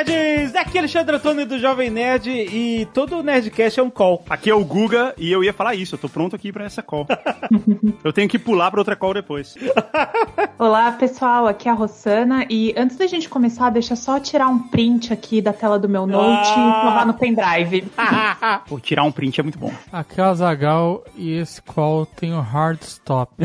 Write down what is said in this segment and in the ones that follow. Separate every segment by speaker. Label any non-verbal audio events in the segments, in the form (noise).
Speaker 1: Nerds! Aqui é Alexandre Antônio do Jovem Nerd e todo Nerdcast é um call.
Speaker 2: Aqui é o Guga e eu ia falar isso, eu tô pronto aqui pra essa call. eu tenho que pular pra outra call depois.
Speaker 3: Olá pessoal, aqui é a Rossana e antes da gente começar, deixa só tirar um print aqui da tela do meu note ah. e provar no pendrive.
Speaker 2: Pô, tirar um print é muito bom.
Speaker 4: Aqui é o Zagal e esse call tem o hard (laughs) stop.
Speaker 1: (laughs)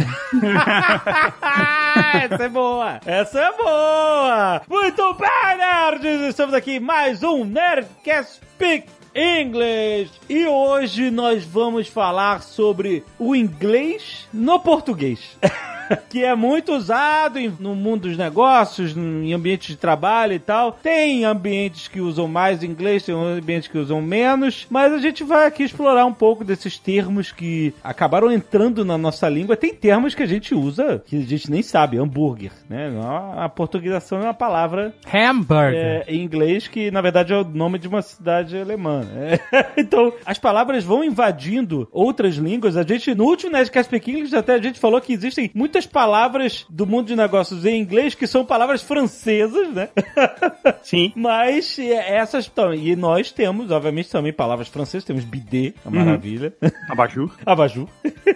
Speaker 1: essa é boa! Essa é boa! Muito bem, nerds! Estamos aqui mais um Nerdcast Pick English. E hoje nós vamos falar sobre o inglês no português. (laughs) que é muito usado em, no mundo dos negócios, em ambientes de trabalho e tal. Tem ambientes que usam mais inglês, tem ambientes que usam menos, mas a gente vai aqui explorar um pouco desses termos que acabaram entrando na nossa língua. Tem termos que a gente usa que a gente nem sabe, hambúrguer, né? A portuguesação é uma palavra é,
Speaker 4: hamburger
Speaker 1: em inglês que na verdade é o nome de uma cidade alemã. É. (laughs) então, as palavras vão invadindo outras línguas. A gente no último Nerdcast né, English até a gente falou que existem muitas muitas palavras do mundo de negócios em inglês que são palavras francesas, né? (laughs)
Speaker 2: Sim.
Speaker 1: Mas é, essas estão. E nós temos, obviamente, também palavras francesas. Temos bidê, a uhum. maravilha.
Speaker 2: Abajur.
Speaker 1: Abajur.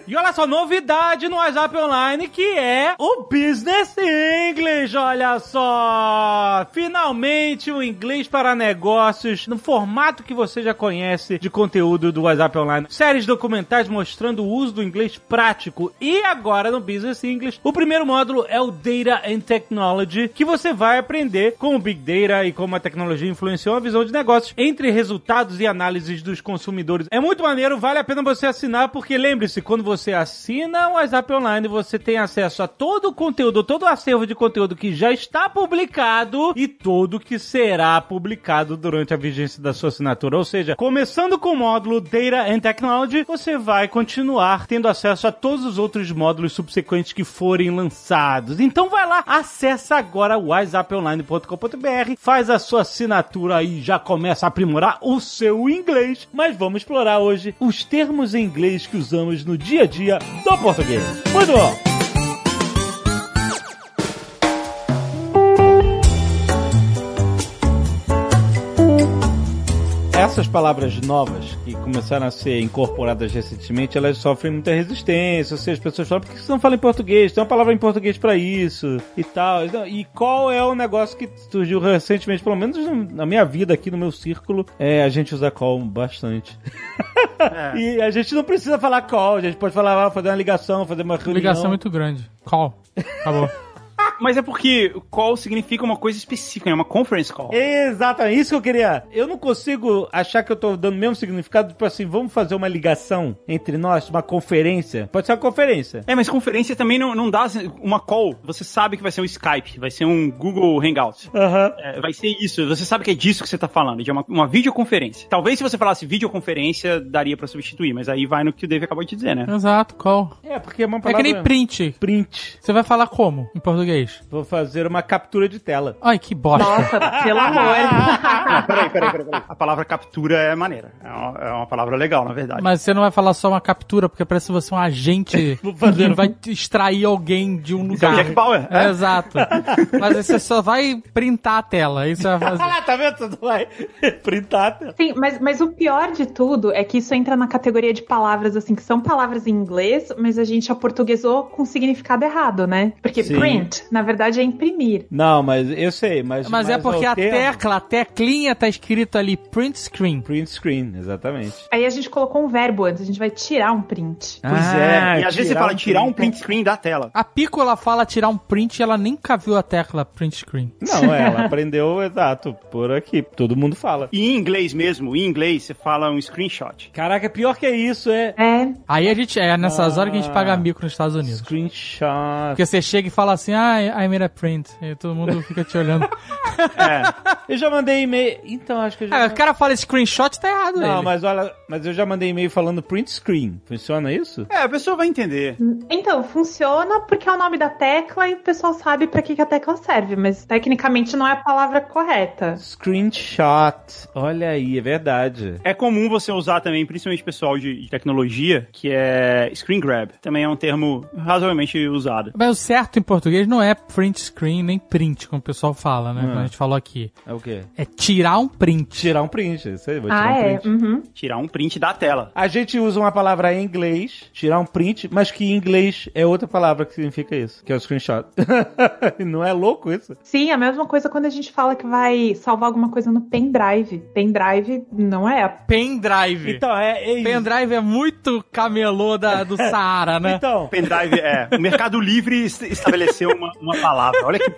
Speaker 1: E olha só, novidade no WhatsApp Online que é o Business English. Olha só! Finalmente o inglês para negócios no formato que você já conhece de conteúdo do WhatsApp Online. Séries documentais mostrando o uso do inglês prático. E agora no Business English. O primeiro módulo é o Data and Technology, que você vai aprender como o Big Data e como a tecnologia influenciou a visão de negócios entre resultados e análises dos consumidores. É muito maneiro, vale a pena você assinar, porque lembre-se, quando você assina o WhatsApp Online, você tem acesso a todo o conteúdo, todo o acervo de conteúdo que já está publicado e todo que será publicado durante a vigência da sua assinatura. Ou seja, começando com o módulo Data and Technology, você vai continuar tendo acesso a todos os outros módulos subsequentes subsequentes que forem lançados. Então vai lá, acessa agora whatsapponline.com.br, faz a sua assinatura e já começa a aprimorar o seu inglês. Mas vamos explorar hoje os termos em inglês que usamos no dia a dia do português. Muito bom! essas palavras novas que começaram a ser incorporadas recentemente, elas sofrem muita resistência. Ou seja, as pessoas falam, por que você não fala em português? Tem uma palavra em português para isso e tal. E qual é o negócio que surgiu recentemente, pelo menos na minha vida aqui, no meu círculo, é a gente usa call bastante. É. (laughs) e a gente não precisa falar call, a gente pode falar, "Ah, fazer uma ligação, fazer uma reunião.
Speaker 4: Ligação é muito grande. Call. (laughs) Acabou.
Speaker 2: Mas é porque call significa uma coisa específica, é uma conference call.
Speaker 1: Exatamente, isso que eu queria. Eu não consigo achar que eu tô dando o mesmo significado, tipo assim, vamos fazer uma ligação entre nós, uma conferência. Pode ser uma conferência.
Speaker 2: É, mas conferência também não, não dá uma call. Você sabe que vai ser um Skype, vai ser um Google Hangout.
Speaker 1: Uhum.
Speaker 2: É, vai ser isso, você sabe que é disso que você tá falando, de uma, uma videoconferência. Talvez se você falasse videoconferência, daria pra substituir, mas aí vai no que o Dave acabou de dizer, né?
Speaker 4: Exato, call.
Speaker 1: É, porque é uma palavra...
Speaker 4: É que nem print.
Speaker 1: Print.
Speaker 4: Você vai falar como em português?
Speaker 1: Vou fazer uma captura de tela.
Speaker 4: Ai, que bosta.
Speaker 3: Nossa, (laughs) pelo
Speaker 1: (laughs)
Speaker 3: amor.
Speaker 2: não, peraí, peraí, peraí, peraí, A palavra captura é maneira. É uma, é uma, palavra legal, na verdade.
Speaker 4: Mas você não vai falar só uma captura, porque parece você um (laughs) agente que vai extrair alguém de um lugar.
Speaker 2: Jack Bauer.
Speaker 4: um- É, é. Exato. Mas você só vai printar a tela. Isso vai fazer.
Speaker 1: Ah, tá vendo? Você vai printar a tela.
Speaker 3: Sim, mas, mas o pior de tudo é que isso entra na categoria de palavras, assim, que são palavras em inglês, mas a gente aportuguesou com significado errado, né? Porque Sim. print na verdade é imprimir.
Speaker 1: Não, mas eu sei, mas.
Speaker 4: Mas, mas é porque a termo... tecla, a teclinha tá escrito ali print screen.
Speaker 1: Print screen, exatamente.
Speaker 3: Aí a gente colocou um verbo antes, a gente vai tirar um print.
Speaker 2: Pois ah, é. E às vezes você fala um tirar um print screen da tela.
Speaker 4: A Pico ela fala tirar um print e ela nunca viu a tecla print screen.
Speaker 1: Não, é,
Speaker 4: (laughs)
Speaker 1: ela aprendeu exato, por aqui. Todo mundo fala.
Speaker 2: E em inglês mesmo, em inglês você fala um screenshot.
Speaker 1: Caraca, pior que isso, é.
Speaker 3: É.
Speaker 4: Aí a gente, é nessas ah, horas que a gente paga mico nos Estados Unidos.
Speaker 1: Screenshot.
Speaker 4: Porque você chega e fala assim, ah, I made a print. E todo mundo fica
Speaker 1: (laughs)
Speaker 4: te olhando.
Speaker 1: Eu já mandei e-mail. Então, acho que eu já.
Speaker 4: Ah, o cara fala screenshot, tá errado
Speaker 1: Não,
Speaker 4: ele.
Speaker 1: mas olha, mas eu já mandei e-mail falando print screen. Funciona isso?
Speaker 2: É, a pessoa vai entender.
Speaker 3: Então, funciona porque é o nome da tecla e o pessoal sabe pra que, que a tecla serve, mas tecnicamente não é a palavra correta.
Speaker 1: Screenshot. Olha aí, é verdade.
Speaker 2: É comum você usar também, principalmente pessoal de, de tecnologia, que é screen grab. Também é um termo razoavelmente usado.
Speaker 4: Mas o certo em português não é print screen nem print, como o pessoal fala, né? Como a gente falou aqui.
Speaker 1: É o quê?
Speaker 4: É tirar um print.
Speaker 1: Tirar um print. Isso aí, vou tirar
Speaker 3: Ah,
Speaker 1: um
Speaker 3: é?
Speaker 1: print.
Speaker 3: Uhum.
Speaker 2: Tirar um print da tela.
Speaker 1: A gente usa uma palavra em inglês, tirar um print, mas que em inglês é outra palavra que significa isso, que é o screenshot. (laughs) não é louco isso?
Speaker 3: Sim, a mesma coisa quando a gente fala que vai salvar alguma coisa no pendrive. Pendrive não é a
Speaker 4: Pendrive.
Speaker 1: Então, é, é isso.
Speaker 4: Pendrive é muito camelô
Speaker 1: (laughs)
Speaker 4: da, do Saara, né?
Speaker 1: É. Então,
Speaker 2: Pendrive é. O Mercado Livre est- estabeleceu uma, uma palavra. Olha que.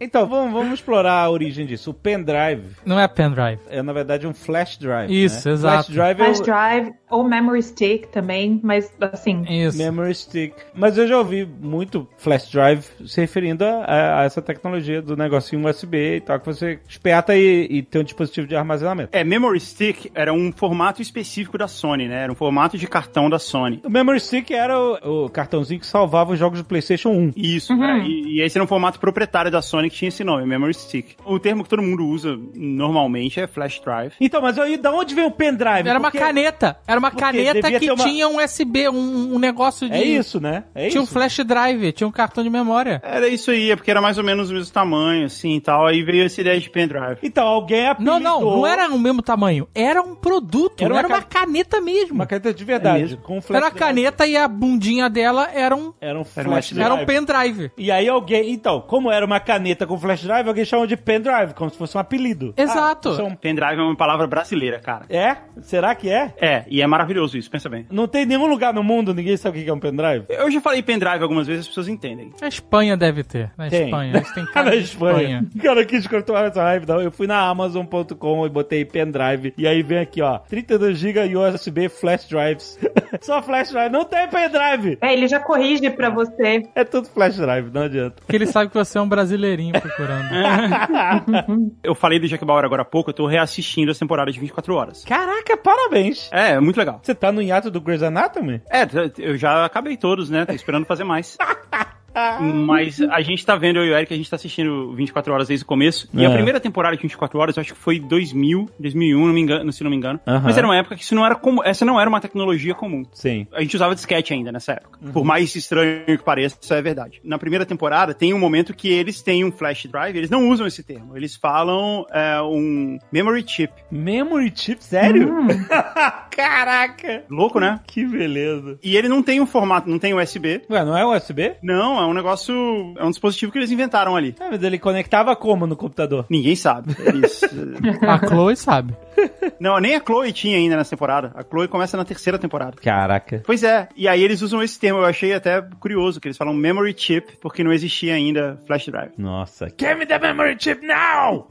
Speaker 1: então vamos, vamos explorar a origem disso. O pendrive
Speaker 4: Não é pendrive.
Speaker 1: é, na verdade, um flash drive.
Speaker 4: Isso,
Speaker 1: né?
Speaker 4: exato.
Speaker 1: Flash drive é
Speaker 3: flash
Speaker 1: o-
Speaker 3: drive ou memory stick também, mas assim,
Speaker 4: É Isso.
Speaker 1: Memory Stick. Mas eu já ouvi muito flash drive se referindo a- a, a essa tecnologia do negocinho USB e tal, que você espeta e, e tem um dispositivo de armazenamento.
Speaker 2: É, Memory Stick era um formato específico da Sony, né? Era um formato de cartão da Sony.
Speaker 1: O Memory Stick era o, o cartãozinho que salvava os jogos do PlayStation 1.
Speaker 2: Isso, cara. E, e esse era um formato proprietário da Sony que tinha esse nome, Memory Stick. O termo que todo mundo usa normalmente é Flash Drive.
Speaker 1: Então, mas aí da onde veio o pendrive?
Speaker 4: Era uma
Speaker 1: Porque
Speaker 4: caneta. Era uma
Speaker 1: Porque
Speaker 4: caneta
Speaker 1: devia
Speaker 4: que
Speaker 1: ter uma-
Speaker 4: tinha um USB, um, um negócio de.
Speaker 1: É isso, né? É
Speaker 4: tinha um
Speaker 1: isso.
Speaker 4: flash drive, tinha um cartão de memória.
Speaker 2: Era isso aí, é porque era mais ou menos o mesmo tamanho, assim e tal. Aí veio essa ideia de pendrive.
Speaker 1: Então, alguém apelidou...
Speaker 4: Não, não, não era um. o mesmo tamanho. Era um produto,
Speaker 1: Era
Speaker 4: era
Speaker 1: uma
Speaker 4: uma,
Speaker 1: ca-
Speaker 4: caneta mesmo.
Speaker 1: Uma caneta de
Speaker 2: É
Speaker 1: verdade,
Speaker 2: mesmo?
Speaker 1: com um flash
Speaker 4: Era uma
Speaker 1: drive.
Speaker 4: caneta e a bundinha dela era um,
Speaker 1: Era um
Speaker 2: Era
Speaker 1: flash
Speaker 2: uma-
Speaker 1: drive.
Speaker 4: era um pendrive.
Speaker 1: E aí alguém... Então, como era uma caneta com flash drive, alguém chamou de pendrive, como se fosse um apelido.
Speaker 4: Exato.
Speaker 1: Ah, isso é um-
Speaker 2: Pendrive é uma palavra brasileira, cara.
Speaker 1: É? Será que é?
Speaker 2: É, e é maravilhoso isso, pensa bem.
Speaker 1: Não tem nenhum lugar no mundo, ninguém sabe o que é um pendrive.
Speaker 2: Eu já falei pendrive algumas vezes, as pessoas entendem.
Speaker 4: A Espanha deve ter. Na
Speaker 1: Tem.
Speaker 4: Espanha.
Speaker 1: (laughs)
Speaker 4: Isso tem cara
Speaker 1: na
Speaker 4: de Espanha.
Speaker 1: Espanha. Cara, que escrotuário essa raiva. não. Eu fui na Amazon.com e botei pendrive. E aí vem aqui, ó. 32GB USB flash drives. (laughs) Só flash drive. Não tem pendrive.
Speaker 3: é, ele já corrige pra você.
Speaker 1: É tudo flash drive, não adianta.
Speaker 4: Porque ele sabe que você é um brasileirinho procurando. (laughs)
Speaker 2: Eu falei do Jack Bauer agora há pouco, eu tô reassistindo as temporadas de 24 horas.
Speaker 1: Caraca, parabéns.
Speaker 2: É, é muito legal.
Speaker 1: Você tá no hiato do Grey's Anatomy?
Speaker 2: É, t- eu já acabei todos, né? Tô esperando fazer mais. Mas a gente tá vendo, eu e o Eric, a gente tá assistindo 24 horas desde o começo. E
Speaker 1: É.
Speaker 2: a primeira temporada de 24 horas, eu acho que foi 2000, 2001, não me engano, se não me engano.
Speaker 1: Aham.
Speaker 2: Mas era uma época que isso não era como, essa não era uma tecnologia comum.
Speaker 1: Sim.
Speaker 2: A gente usava disquete ainda nessa época.
Speaker 1: Uhum.
Speaker 2: Por mais estranho que pareça, isso é verdade. Na primeira temporada, tem um momento que eles têm um flash drive, eles não usam esse termo. Eles falam é, um memory chip.
Speaker 1: Memory chip, sério?
Speaker 4: Hum.
Speaker 1: (laughs) Caraca.
Speaker 2: Louco, né?
Speaker 1: Que beleza.
Speaker 2: E ele não tem um formato, não tem USB.
Speaker 1: Ué, não é USB?
Speaker 2: Não, é um negócio. É um dispositivo que eles inventaram ali.
Speaker 1: Ah, mas ele conectava como no computador?
Speaker 2: Ninguém sabe. Eles-
Speaker 4: A Chloe sabe.
Speaker 2: não, nem a Chloe tinha ainda nessa temporada. A Chloe começa na terceira temporada.
Speaker 1: Caraca.
Speaker 2: Pois é, e aí eles usam esse termo, eu achei até curioso, que eles falam memory chip, porque não existia ainda flash drive.
Speaker 1: Nossa. Give me the memory chip now!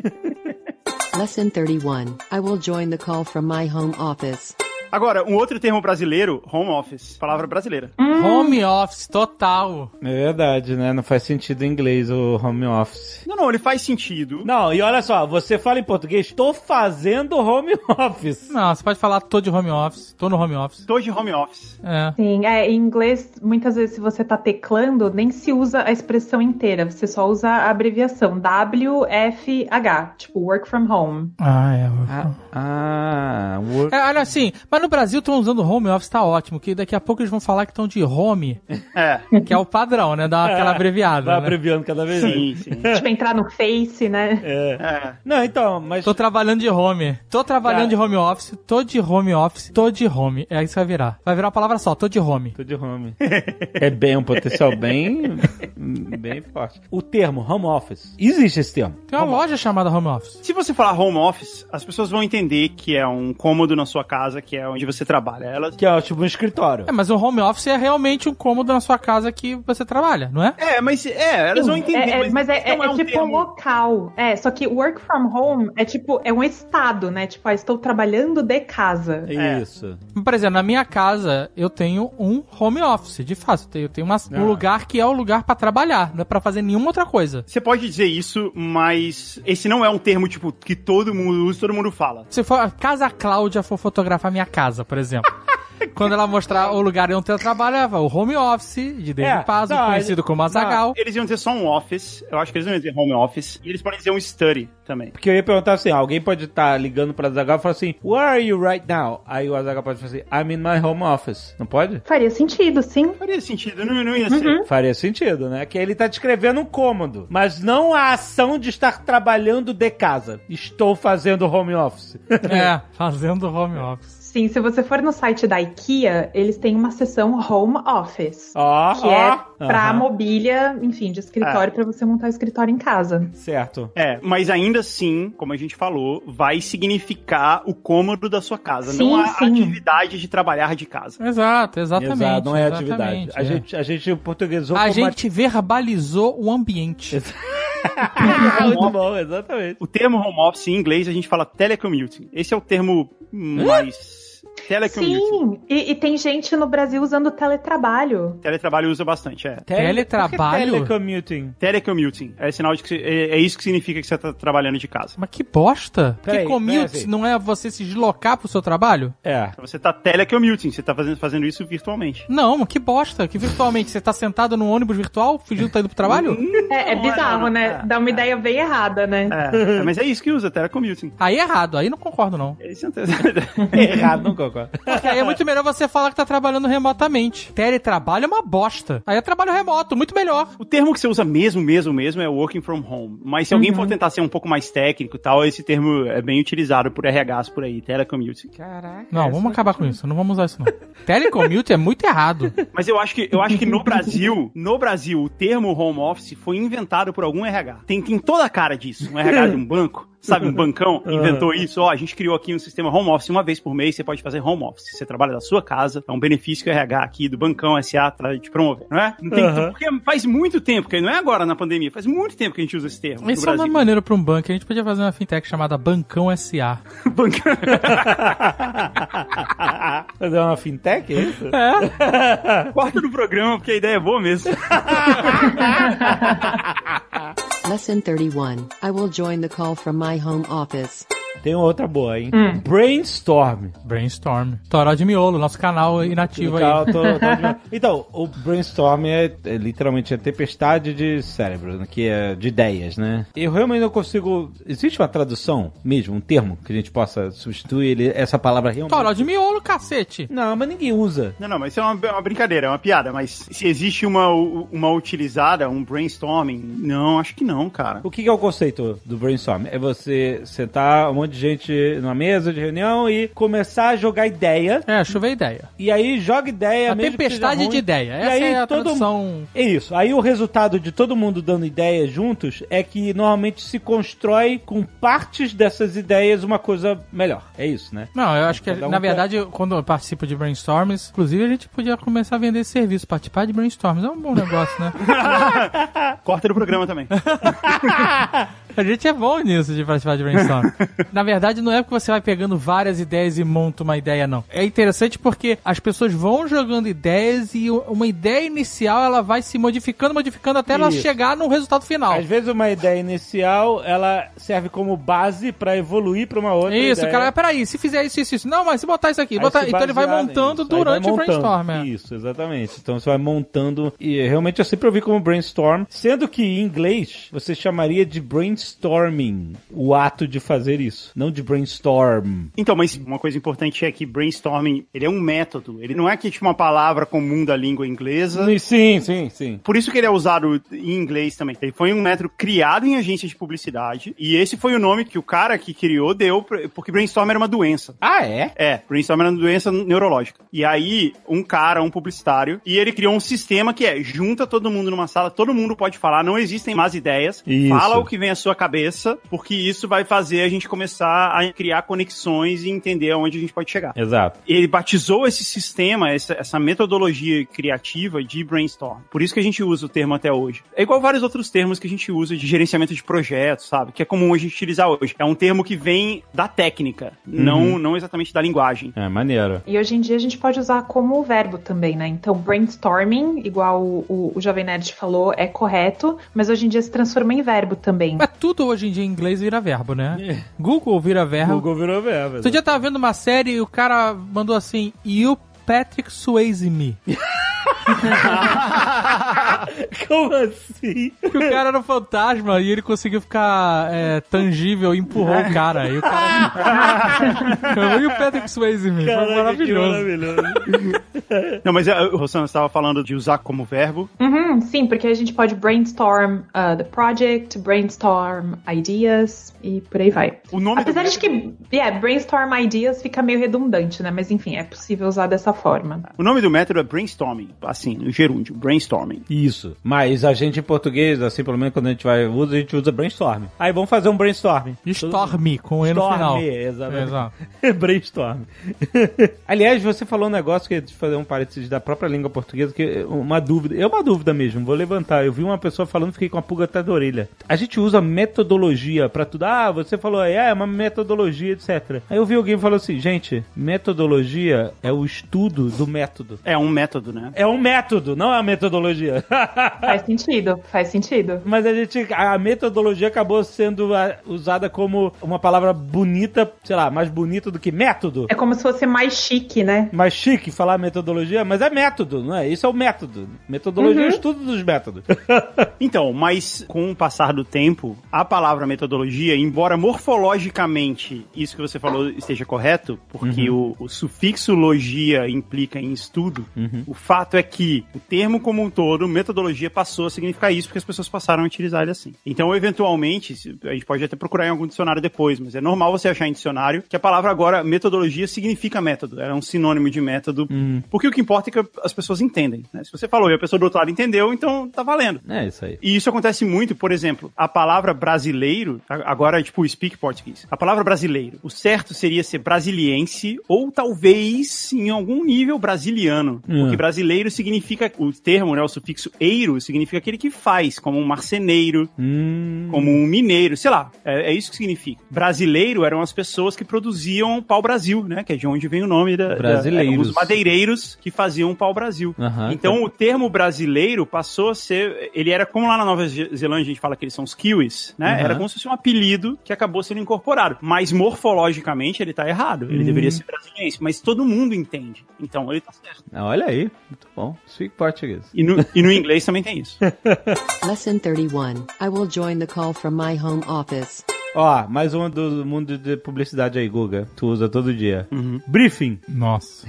Speaker 5: Lesson 31. I will join the call from my home office.
Speaker 2: Agora, um outro termo brasileiro, home office, palavra brasileira.
Speaker 4: Hum. Home office total.
Speaker 1: É verdade, né? Não faz sentido em inglês o home office.
Speaker 2: Não, não, ele faz sentido.
Speaker 1: Não, e olha só, você fala em português, tô fazendo home (laughs) office.
Speaker 4: Não, você pode falar tô de home office, tô no home office.
Speaker 2: Tô de home office.
Speaker 4: É.
Speaker 3: Sim, é, em inglês, muitas vezes, se você tá teclando, nem se usa a expressão inteira, você só usa a abreviação WFH, tipo work from home.
Speaker 4: Ah, é.
Speaker 1: Ah, work.
Speaker 4: É, olha assim, mas no Brasil estão usando home office, tá ótimo, que daqui a pouco eles vão falar que estão de home,
Speaker 2: É,
Speaker 4: que é o padrão, né? Dá aquela abreviada.
Speaker 1: Vai
Speaker 4: né?
Speaker 1: abreviando cada vez mais.
Speaker 2: sim, sim.
Speaker 3: tipo, entrar no Face, né?
Speaker 1: É.
Speaker 2: É.
Speaker 1: Não, então, mas.
Speaker 4: Tô trabalhando de home. Tô trabalhando
Speaker 1: Cara.
Speaker 4: de home office, tô de home office, tô de home. É isso que vai virar. Vai virar uma palavra só, tô de home.
Speaker 1: Tô de home. É bem um potencial bem. bem forte. O termo home office. Existe esse termo.
Speaker 4: Tem uma loja chamada home office.
Speaker 2: Se você falar home office, as pessoas vão entender que é um cômodo na sua casa, que é onde você trabalha. Elas...
Speaker 1: Que é tipo um escritório.
Speaker 4: É, mas o home office é realmente um cômodo na sua casa que você trabalha, não é?
Speaker 2: É, mas é, elas vão entender.
Speaker 3: É, é, mas é, é-
Speaker 2: não
Speaker 3: é
Speaker 2: um
Speaker 3: tipo um
Speaker 2: termo-
Speaker 3: local. É, só que work from home é tipo, é um estado, né? Tipo, ah, estou trabalhando de casa.
Speaker 2: É.
Speaker 1: Isso.
Speaker 4: Por exemplo, na minha casa eu tenho um home office, de fato. Eu tenho- Eu tenho uma-
Speaker 1: Ah.
Speaker 4: um lugar que é o lugar pra trabalhar, não é pra fazer nenhuma outra coisa.
Speaker 2: Você pode dizer isso, mas esse não é um termo, tipo, que todo mundo usa, todo mundo fala.
Speaker 4: Se for a casa Cláudia for fotografar minha casa, por
Speaker 1: (laughs)
Speaker 4: exemplo. Quando ela mostrar o lugar onde ela trabalhava, o home office de David
Speaker 1: É,
Speaker 4: Paz,
Speaker 1: não,
Speaker 4: conhecido
Speaker 1: ele-
Speaker 4: como Azagal.
Speaker 2: Eles iam dizer só um office, eu acho que eles não iam dizer home office, e eles podem dizer um study também.
Speaker 1: Porque eu ia perguntar assim, alguém pode estar ligando pra Azaghal e falar assim, Where are you right now? Aí o Azaghal pode falar assim, I'm in my home office. Não pode?
Speaker 3: Faria sentido, sim.
Speaker 2: Faria sentido, não, não ia
Speaker 3: Uhum.
Speaker 2: ser.
Speaker 1: Faria sentido, né? Que ele tá descrevendo um cômodo, mas não a ação de estar trabalhando de casa. Estou fazendo home
Speaker 4: (laughs)
Speaker 1: office. (laughs)
Speaker 4: É, fazendo home office.
Speaker 3: Sim, se você for no site da IKEA, eles têm uma seção home office.
Speaker 1: Ó,
Speaker 2: Ah,
Speaker 3: Que é pra
Speaker 1: Aham.
Speaker 3: mobília, enfim, de escritório, pra você montar o escritório em casa.
Speaker 1: Certo.
Speaker 2: É, mas ainda assim, como a gente falou, vai significar o cômodo da sua casa,
Speaker 3: Sim,
Speaker 2: não a
Speaker 3: sim.
Speaker 2: atividade de trabalhar de casa.
Speaker 4: Exato, exatamente.
Speaker 1: Exato, não é atividade.
Speaker 4: exatamente,
Speaker 1: A,
Speaker 4: é.
Speaker 1: gente, a gente portuguesou
Speaker 4: A
Speaker 1: como
Speaker 4: gente verbalizou o ambiente.
Speaker 1: Ah, muito bom, (laughs) exatamente.
Speaker 2: O termo home office em inglês a gente fala telecommuting. Esse é o termo mais. Telecommuting.
Speaker 3: Sim, e, e tem gente no Brasil usando teletrabalho.
Speaker 2: Teletrabalho usa bastante, é.
Speaker 4: Teletrabalho?
Speaker 1: Por que Telecommuting.
Speaker 2: Telecommuting. É sinal de que é, é isso que significa que você tá trabalhando de casa.
Speaker 4: Mas que bosta!
Speaker 1: Peraí,
Speaker 4: que
Speaker 1: peraí,
Speaker 4: commute
Speaker 1: assim.
Speaker 4: não é você se deslocar pro seu trabalho? (laughs)
Speaker 1: É.
Speaker 2: Então Você tá telecommuting, você tá fazendo, fazendo isso virtualmente.
Speaker 4: Não, que bosta! Que virtualmente você tá sentado num ônibus virtual, fingindo que tá indo pro trabalho?
Speaker 3: É, é
Speaker 2: Não,
Speaker 3: bizarro,
Speaker 2: não,
Speaker 3: né? Dá uma ideia bem errada, né? (laughs)
Speaker 2: É, mas é isso que usa, telecommuting.
Speaker 4: Aí é errado, aí não concordo não.
Speaker 2: (laughs) É isso, então.
Speaker 1: Errado, não concordo.
Speaker 4: Porque aí é muito melhor você falar que tá trabalhando remotamente. Teletrabalho é uma bosta. Aí é trabalho remoto, muito melhor.
Speaker 2: O termo que você usa mesmo, mesmo, mesmo é working from home. Mas se alguém for tentar ser um pouco mais técnico e tal, esse termo é bem utilizado por RHs por aí, telecommuting.
Speaker 4: Não, vamos acabar com isso. Não vamos usar isso, não. Telecommute é
Speaker 1: (laughs)
Speaker 4: muito errado.
Speaker 2: Mas eu acho que eu acho que no
Speaker 4: (laughs)
Speaker 2: Brasil, no Brasil, o termo home office foi inventado por algum RH. Tem, tem toda a cara disso. Um RH de um banco, sabe, um
Speaker 4: (laughs)
Speaker 2: bancão
Speaker 4: Ah.
Speaker 2: inventou isso. Ó, a gente criou aqui um sistema home office uma vez por mês, você pode fazer home office. Você trabalha da sua casa, é um benefício que o RH aqui do bancão SA tá te promover, não é? Não tem-
Speaker 1: Uhum.
Speaker 2: Porque faz muito tempo, que não é agora na pandemia, faz muito tempo que a gente usa esse termo
Speaker 4: Isso é
Speaker 2: no
Speaker 4: uma
Speaker 2: Brasil. (laughs)
Speaker 4: maneira pra um banco. A gente podia fazer uma fintech chamada Bancão SA.
Speaker 2: Bancão.
Speaker 1: Fazer uma fintech, é isso?
Speaker 2: (laughs) Corta no programa, porque a ideia é boa mesmo.
Speaker 5: Lesson 31. I will join the call from my home office.
Speaker 1: Tem outra boa, hein?
Speaker 4: Hum.
Speaker 1: Brainstorm.
Speaker 4: Brainstorm. Toró de miolo, nosso canal inativo aí.
Speaker 1: Então, tô- tô- então, o brainstorm é, é literalmente a tempestade de cérebro, né, que é de ideias, né? Eu realmente não consigo. Existe uma tradução mesmo, um termo que a gente possa substituir ele, essa palavra realmente?
Speaker 4: Toró de miolo, cacete.
Speaker 1: Não, mas ninguém usa.
Speaker 2: Não, não, mas isso é uma, é uma brincadeira, é uma piada. Mas se existe uma, uma utilizada, um brainstorming, não, acho que não, cara.
Speaker 1: O que que é o conceito do brainstorm? É você sentar um monte de gente numa mesa de reunião e começar a jogar ideia.
Speaker 4: É, chover ideia.
Speaker 1: E aí joga ideia
Speaker 4: A
Speaker 1: mesmo que seja
Speaker 4: tempestade
Speaker 1: ruim.
Speaker 4: de ideia.
Speaker 1: E
Speaker 4: Essa
Speaker 1: aí
Speaker 4: é a
Speaker 1: todo
Speaker 4: tradução.
Speaker 1: É isso. Aí o resultado de todo mundo dando ideias juntos é que normalmente se constrói com partes dessas ideias uma coisa melhor. É isso, né?
Speaker 4: Não, eu acho que,
Speaker 1: Cada um
Speaker 4: na
Speaker 1: quer-
Speaker 4: verdade, eu- quando eu participo de brainstorms, inclusive a gente podia começar a vender esse serviço, participar de brainstorms. É um bom negócio, né?
Speaker 2: Corta no programa também.
Speaker 4: A gente é bom nisso de participar
Speaker 1: (laughs)
Speaker 4: de brainstorm. Na verdade, não é porque você vai pegando várias ideias e monta uma ideia, não. É interessante porque as pessoas vão jogando ideias e u- uma ideia inicial ela vai se modificando, modificando até ela
Speaker 1: Isso.
Speaker 4: chegar no resultado final.
Speaker 1: Às vezes uma ideia inicial, ela serve como base pra evoluir pra uma outra
Speaker 4: Isso,
Speaker 1: ideia.
Speaker 4: cara, "Ah, peraí, se fizer isso, isso, isso. Não, mas se botar isso aqui,
Speaker 1: Aí
Speaker 4: botar...
Speaker 1: se
Speaker 4: então ele vai
Speaker 1: basear
Speaker 4: montando
Speaker 1: nisso. Aí
Speaker 4: durante
Speaker 1: vai montando.
Speaker 4: o brainstorm. é.
Speaker 1: Isso, exatamente. Então você vai montando. E realmente eu sempre ouvi como brainstorm. Sendo que em inglês você chamaria de brainstorming o ato de fazer isso. Não de brainstorm.
Speaker 2: Então, mas uma coisa importante é que brainstorming, ele é um método. Ele não é que tipo uma palavra comum da língua inglesa.
Speaker 1: Sim, sim, sim.
Speaker 2: Por isso que ele é usado em inglês também. Ele foi um método criado em agências de publicidade. E esse foi o nome que o cara que criou deu, pra- porque brainstorm era uma doença.
Speaker 1: Ah, é?
Speaker 2: É, brainstorm era uma doença neurológica. E aí, um cara, um publicitário, e ele criou um sistema que é, junta todo mundo numa sala, todo mundo pode falar, não existem más ideias,
Speaker 1: Isso.
Speaker 2: fala o que vem à sua cabeça, porque isso vai fazer a gente começar a criar conexões e entender aonde a gente pode chegar.
Speaker 1: Exato.
Speaker 2: Ele batizou esse sistema, essa, essa metodologia criativa de brainstorm. Por isso que a gente usa o termo até hoje. É igual vários outros termos que a gente usa de gerenciamento de projetos, sabe? Que é comum a gente utilizar hoje. É um termo que vem da técnica, não, não exatamente da linguagem.
Speaker 1: É, maneiro.
Speaker 3: E hoje em dia a gente pode usar como verbo também, né? Então, brainstorming, igual o, o Jovem Nerd falou, é correto, mas hoje em dia se transforma em verbo também.
Speaker 2: Uhum.
Speaker 4: Mas É tudo hoje em dia em inglês vira verbo,
Speaker 1: É.
Speaker 4: né? Google vira verbo.
Speaker 6: Google virou verbo.
Speaker 4: Outro dia eu tava vendo uma série e o cara mandou assim, You Patrick Swayze Me.
Speaker 6: Como assim?
Speaker 4: Que o cara era um fantasma e ele conseguiu ficar é, tangível e empurrou o cara. E o cara. (laughs) e o Patrick Swayze Me. Foi
Speaker 6: Caraca,
Speaker 4: maravilhoso.
Speaker 6: Que maravilhoso.
Speaker 2: Não, mas é, o Rosana estava falando de usar como verbo.
Speaker 3: Uhum, sim, porque a gente pode brainstorm uh, the project, brainstorm ideas e por aí vai.
Speaker 2: O nome
Speaker 3: Apesar
Speaker 2: do
Speaker 3: de que, yeah, brainstorm ideas fica meio redundante, né? Mas enfim, é possível usar dessa forma.
Speaker 2: O nome do método é brainstorming, assim, o gerúndio, brainstorming.
Speaker 1: Isso. Mas a gente em português, assim, pelo menos quando a gente vai usa, a gente usa brainstorm. Aí vamos fazer um brainstorm.
Speaker 4: Storm, com um E no final.
Speaker 1: Storm, exatamente.
Speaker 4: Exato.
Speaker 1: (laughs) brainstorm. (laughs) Aliás, você falou um negócio que fazer um parênteses da própria língua portuguesa, que é uma dúvida, é uma dúvida mesmo, vou levantar. Eu vi uma pessoa falando, fiquei com a pulga até da orelha. A gente usa metodologia pra tudo. Ah, você falou, é é uma metodologia, etc. Aí eu vi alguém falou assim, gente, metodologia é o estudo do método.
Speaker 2: É um método, né?
Speaker 1: É um método, não é uma metodologia. (laughs)
Speaker 2: Ah.
Speaker 3: Faz sentido, faz sentido.
Speaker 1: Mas a gente, a metodologia acabou sendo ah, usada como uma palavra bonita, sei lá, mais bonita do que método.
Speaker 3: É como se fosse mais chique, né?
Speaker 1: mais chique falar metodologia, mas é método, não é? Isso é o método. Metodologia é o estudo dos métodos.
Speaker 2: Então, mas com o passar do tempo, a palavra metodologia, embora morfologicamente isso que você falou esteja correto, porque o, o sufixo logia implica em estudo, o fato é que o termo como um todo, metodologia, passou a significar isso porque as pessoas passaram a utilizar ele assim. Então, eventualmente, se- a gente pode até procurar em algum dicionário depois, mas é normal você achar em dicionário que a palavra agora, metodologia, significa método. Era um sinônimo de método, porque o que importa é que as pessoas entendem. né? Se você falou e a pessoa do outro lado entendeu, então tá valendo.
Speaker 1: (laughs) é isso aí.
Speaker 2: E isso acontece muito, por exemplo, a palavra brasileiro, a- agora, tipo, speak português. A palavra brasileiro, o certo seria ser brasiliense ou talvez, em algum nível, brasiliano. Porque brasileiro significa, o termo, né, o sufixo eiro, significa aquele que faz, como um marceneiro, como um mineiro, sei lá. É, é isso que significa. Brasileiro eram as pessoas que produziam pau-brasil, né, que é de onde vem o nome da... da-
Speaker 1: Brasileiros.
Speaker 2: os madeireiros que faziam um pau-brasil.
Speaker 1: Aham.
Speaker 2: Então, o termo brasileiro passou a ser. Ele era como lá na Nova Ze- Zelândia a gente fala que eles são os kiwis, né?
Speaker 1: Uhum.
Speaker 2: Era como se fosse um apelido que acabou sendo incorporado. Mas morfologicamente ele tá errado. Ele deveria ser brasileiro, mas todo mundo entende. Então ele tá certo.
Speaker 1: Ah, Olha aí, muito bom. Speak português.
Speaker 2: E no, e no inglês também tem isso.
Speaker 5: Lesson 31. I will join the call from my home office.
Speaker 1: Ó, mais uma do mundo de publicidade aí, Guga. Tu usa todo dia. Briefing.
Speaker 4: Nossa.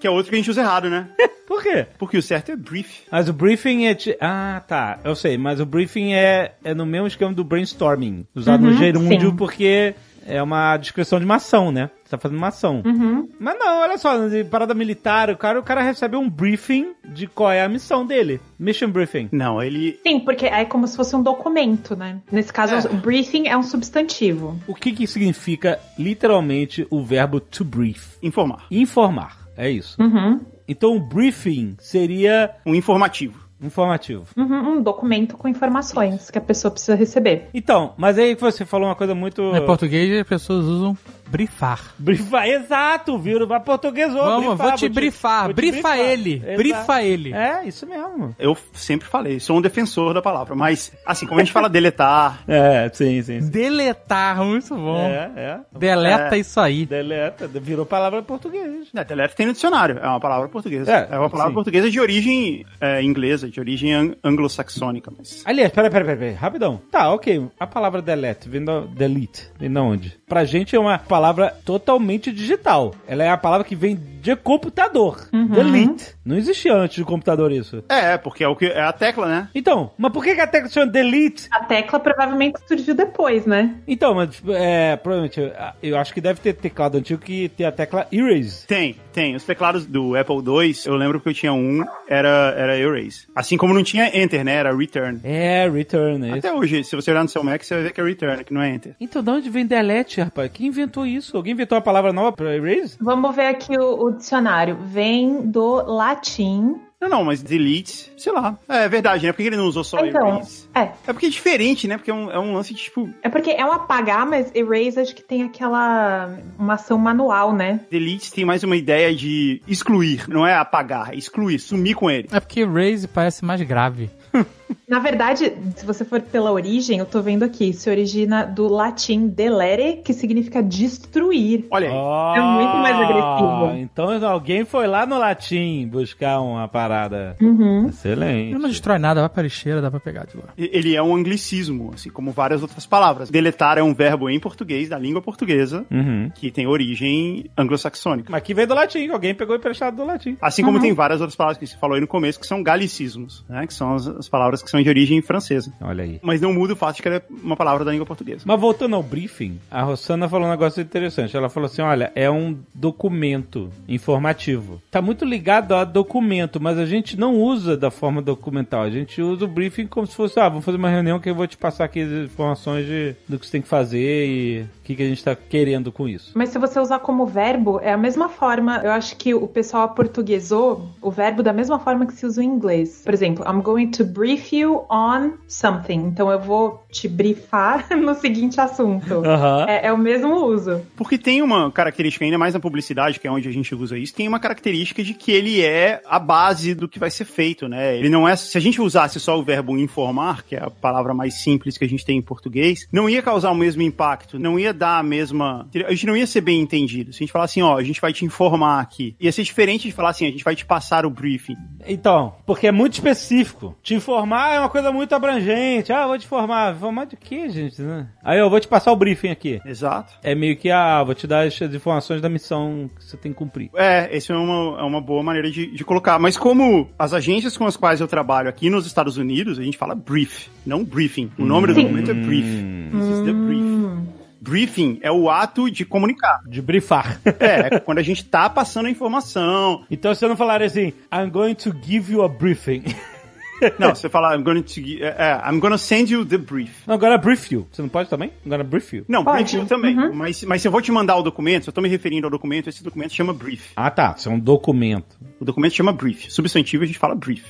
Speaker 2: que é outro que a gente usa errado, né?
Speaker 1: Por quê?
Speaker 2: Porque o certo é brief.
Speaker 1: Mas o briefing é. ti- Ah, tá. Eu sei, mas o briefing é, é no mesmo esquema do brainstorming. Usado no gerúndio,
Speaker 3: Uhum, sim.
Speaker 1: porque é uma descrição de uma ação, né? Você tá fazendo uma ação.
Speaker 3: Uhum.
Speaker 1: Mas não, olha só, de parada militar, o cara, o cara recebe um briefing de qual é a missão dele. Mission briefing.
Speaker 2: Não, ele.
Speaker 3: Sim, porque é como se fosse um documento, né? Nesse caso, o briefing é um substantivo.
Speaker 1: O que que significa literalmente o verbo to brief?
Speaker 2: Informar.
Speaker 1: Informar. É isso.
Speaker 3: Uhum.
Speaker 1: Então o briefing seria
Speaker 2: Um informativo.
Speaker 1: informativo.
Speaker 3: Uhum, um documento com informações que a pessoa precisa receber.
Speaker 1: Então, mas aí que você falou uma coisa muito.
Speaker 4: Em português as pessoas usam brifar.
Speaker 1: Brifar, exato, viu? Mas português ou
Speaker 4: Vamos, vou te brifar. brifa ele. Brifa ele.
Speaker 1: É, isso mesmo.
Speaker 2: Eu sempre falei, sou um defensor da palavra, mas assim, como a gente fala deletar,
Speaker 1: É, sim, sim. sim.
Speaker 4: Deletar, muito bom.
Speaker 1: É, é.
Speaker 4: Deleta isso aí.
Speaker 1: Deleta, virou palavra em português.
Speaker 2: Né, Teleto tem no dicionário, é uma palavra portuguesa.
Speaker 1: É,
Speaker 2: É, uma palavra
Speaker 1: sim.
Speaker 2: portuguesa de origem é, inglesa, de origem an- anglo-saxônica, mas.
Speaker 1: Aliás, peraí, peraí, peraí, peraí, rapidão. Tá, ok. A palavra delete vem da delete, vem da onde? Pra gente é uma palavra totalmente digital. Ela é a palavra que vem de computador. Delete. Não existia antes do computador isso.
Speaker 2: É, porque é, o que, é a tecla, né?
Speaker 1: Então, mas por que, que a tecla chama delete?
Speaker 3: A tecla provavelmente surgiu depois, né?
Speaker 1: Então, mas é, provavelmente, eu acho que deve ter teclado antigo que tem a tecla erase.
Speaker 2: Tem, tem. Os teclados do Apple II, eu lembro que eu tinha um, era, era Erase. Assim como não tinha Enter, né? Era Return.
Speaker 1: É, return, é isso.
Speaker 2: Até hoje, se você olhar no seu Mac, você vai ver que é Return, que não é Enter.
Speaker 1: Então, de onde vem delete, rapaz? Quem inventou isso? Alguém inventou uma palavra nova pra erase?
Speaker 3: Vamos ver aqui o, o dicionário. Vem do latim.
Speaker 2: Não, não, mas delete, sei lá. É verdade, né? Por que ele não usou só
Speaker 3: Então,
Speaker 2: erase?
Speaker 3: é.
Speaker 2: É porque é diferente, né? Porque é um, é um lance de, tipo,
Speaker 3: É porque é um apagar, mas erase acho que tem aquela. uma ação manual, né?
Speaker 2: delete tem mais uma ideia de excluir, não é apagar, é excluir, sumir com ele.
Speaker 4: É porque Raze parece mais grave.
Speaker 3: Na verdade, se você for pela origem, eu tô vendo aqui, se origina do latim delere, que significa destruir.
Speaker 2: Olha aí.
Speaker 1: É
Speaker 3: muito mais agressivo.
Speaker 1: Então alguém foi lá no latim buscar uma parada.
Speaker 3: Uhum.
Speaker 1: Excelente.
Speaker 4: Ele não destrói nada, vai pra lixeira, dá pra pegar de lá.
Speaker 2: E- Ele é um anglicismo, assim como várias outras palavras. Deletar é um verbo em português, da língua portuguesa,
Speaker 1: Uhum.
Speaker 2: que tem origem anglo-saxônica.
Speaker 1: Mas que veio do latim, que alguém pegou emprestado do latim.
Speaker 2: Assim como tem várias outras palavras que você falou aí no começo, que são galicismos, né? Que são as, as palavras que são de origem francesa.
Speaker 1: Olha aí.
Speaker 2: Mas não muda o fato de que ela é uma palavra da língua portuguesa.
Speaker 1: Mas voltando ao briefing, a Rossana falou um negócio interessante. Ela falou assim: olha, é um documento informativo. Tá muito ligado a documento, mas a gente não usa da forma documental. A gente usa o briefing como se fosse, ah, vou fazer uma reunião que eu vou te passar aqui as informações de, do que você tem que fazer e o que, que a gente tá querendo com isso.
Speaker 3: Mas se você usar como verbo, é a mesma forma. Eu acho que o pessoal aportuguesou o verbo da mesma forma que se usa em inglês. Por exemplo, I'm going to brief you on something. Então eu vou te briefar (laughs) no seguinte assunto.
Speaker 1: Aham.
Speaker 3: É, é o mesmo uso.
Speaker 2: Porque tem uma característica, ainda mais na publicidade, que é onde a gente usa isso, tem uma característica de que ele é a base do que vai ser feito, né? Ele não é. Se a gente usasse só o verbo informar, que é a palavra mais simples que a gente tem em português, não ia causar o mesmo impacto, não ia dar a mesma. A gente não ia ser bem entendido. Se a gente falar assim, ó, a gente vai te informar aqui, ia ser diferente de falar assim, a gente vai te passar o briefing.
Speaker 1: Então, porque é muito específico. Te informar é uma coisa muito abrangente. Ah, vou te informar. Informar de quê, gente? né? Aí eu vou te passar o briefing aqui.
Speaker 2: Exato.
Speaker 1: É meio que, ah, vou te dar as as informações da missão que você tem que cumprir.
Speaker 2: É, essa é uma, é uma boa maneira de, de colocar. Mas como as agências com as quais eu trabalho aqui nos Estados Unidos, a gente fala brief, não briefing. O nome do
Speaker 3: Sim.
Speaker 2: documento é brief. This is the brief. Briefing é o ato de comunicar.
Speaker 1: De brifar.
Speaker 2: É, é quando a gente tá passando a informação.
Speaker 1: (laughs) então se eu não falar assim, I'm going to give you a briefing. (laughs)
Speaker 2: Não, você fala, I'm gonna, to, gi- é, é, I'm gonna send you the brief.
Speaker 1: Não, agora brief you. Você não pode também? Agora brief you.
Speaker 2: Não,
Speaker 3: Pode.
Speaker 2: brief eu também. Mas, mas se eu vou te mandar o documento, se eu tô me referindo ao documento, esse documento chama brief.
Speaker 1: Ah, tá. Isso é um documento.
Speaker 2: O documento chama brief. Substantivo a gente fala brief.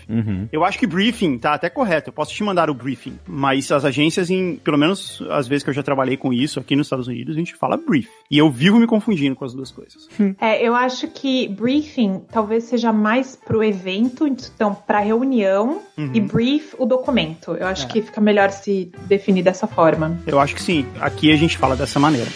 Speaker 2: Eu acho que briefing tá até correto. Eu posso te mandar o briefing. Mas as agências, em, pelo menos as vezes que eu já trabalhei com isso aqui nos Estados Unidos, a gente fala brief. E eu vivo me confundindo com as duas coisas.
Speaker 3: É, eu acho que briefing talvez seja mais pro evento, então pra reunião, e brief o documento. Eu acho que fica melhor se definir dessa forma.
Speaker 2: Eu acho que sim. Aqui a gente fala dessa maneira.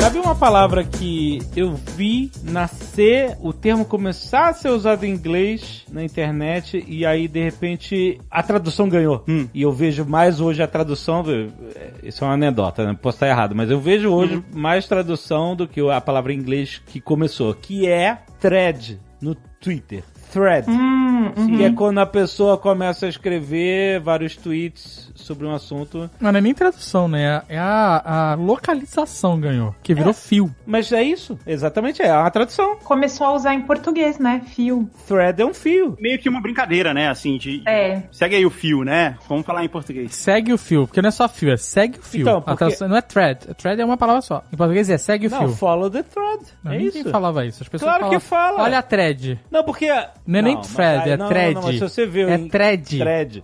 Speaker 1: Sabe uma palavra que eu vi nascer, o termo começar a ser usado em inglês na internet e aí de repente a tradução ganhou.
Speaker 2: Hum.
Speaker 1: E eu vejo mais hoje a tradução, eh, isso é uma anedota, né? Posso estar errado, mas eu vejo hoje mais tradução do que a palavra em inglês que começou, que é thread no Twitter. Thread.
Speaker 3: Hum,
Speaker 1: Que é quando a pessoa começa a escrever vários tweets sobre um assunto
Speaker 4: Mas não é nem tradução, né? É a, a localização ganhou, que virou fio.
Speaker 1: Mas é isso, exatamente, é uma tradução.
Speaker 3: Começou a usar em português, né? Fio.
Speaker 1: Thread é um fio.
Speaker 2: Meio que uma brincadeira, né? Assim, de.
Speaker 3: É.
Speaker 2: Segue aí o fio, né? Vamos falar em português.
Speaker 4: Segue o fio, porque não é só fio, é segue o fio.
Speaker 1: Então,
Speaker 4: A
Speaker 1: porque-
Speaker 4: tradução- não é thread, thread é uma palavra só. Em português é segue o
Speaker 1: Não,
Speaker 4: fio.
Speaker 1: follow the thread.
Speaker 4: Não,
Speaker 1: é
Speaker 4: ninguém
Speaker 1: isso.
Speaker 4: falava isso. As pessoas
Speaker 1: Claro
Speaker 4: falavam,
Speaker 1: que fala.
Speaker 4: Olha a thread.
Speaker 1: Não, porque.
Speaker 4: Não é nem thread,
Speaker 1: mas-
Speaker 4: é
Speaker 1: não, não,
Speaker 4: thread.
Speaker 1: Não, mas se você vê.
Speaker 4: É
Speaker 1: em-
Speaker 4: thread.
Speaker 1: Thread.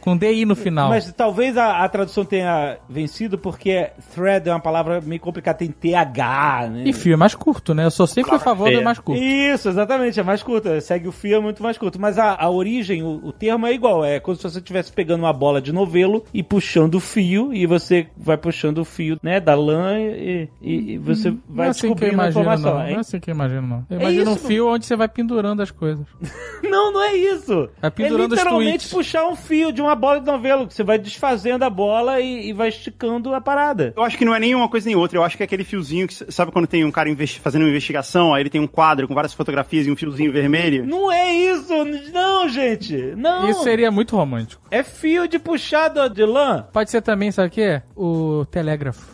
Speaker 4: Com DI no final.
Speaker 1: Mas talvez a, a tradução tenha vencido porque thread é uma palavra meio complicada, tem TH, né?
Speaker 4: E fio é mais curto, né? Eu sou sempre a favor
Speaker 2: feia.
Speaker 1: é.
Speaker 4: do mais curto.
Speaker 1: Isso, exatamente, é mais curto. Segue o fio, é muito mais curto. Mas a, a origem, o, o termo é igual. É como se você estivesse pegando uma bola de novelo e puxando o fio, e você vai puxando o fio, né, da lã e, e- e você
Speaker 4: Não é
Speaker 1: vai
Speaker 4: assim que eu
Speaker 1: descobrindo a
Speaker 4: imagino, não.
Speaker 1: informação. É
Speaker 4: Não
Speaker 1: hein?
Speaker 4: é assim que eu imagino, não. Eu imagino um
Speaker 1: isso,
Speaker 4: fio onde você vai pendurando as coisas.
Speaker 7: Não, não é isso.
Speaker 4: Vai Tá pendurando
Speaker 7: é
Speaker 4: os
Speaker 7: literalmente
Speaker 4: tweets.
Speaker 7: puxar um fio de uma bola de novelo, que você vai desfazendo a bola e, e vai esticando a parada.
Speaker 2: Eu acho que não é nem uma coisa nem outra. Eu acho que é aquele fiozinho que, sabe quando tem um cara investi- fazendo uma investigação, aí ele tem um quadro com várias fotografias e um fiozinho vermelho?
Speaker 7: Não é isso, n- não, gente. Não.
Speaker 4: Isso seria muito romântico.
Speaker 7: É fio de puxado de lã.
Speaker 4: Pode ser também, sabe o quê? O
Speaker 7: (laughs)
Speaker 4: telégrafo.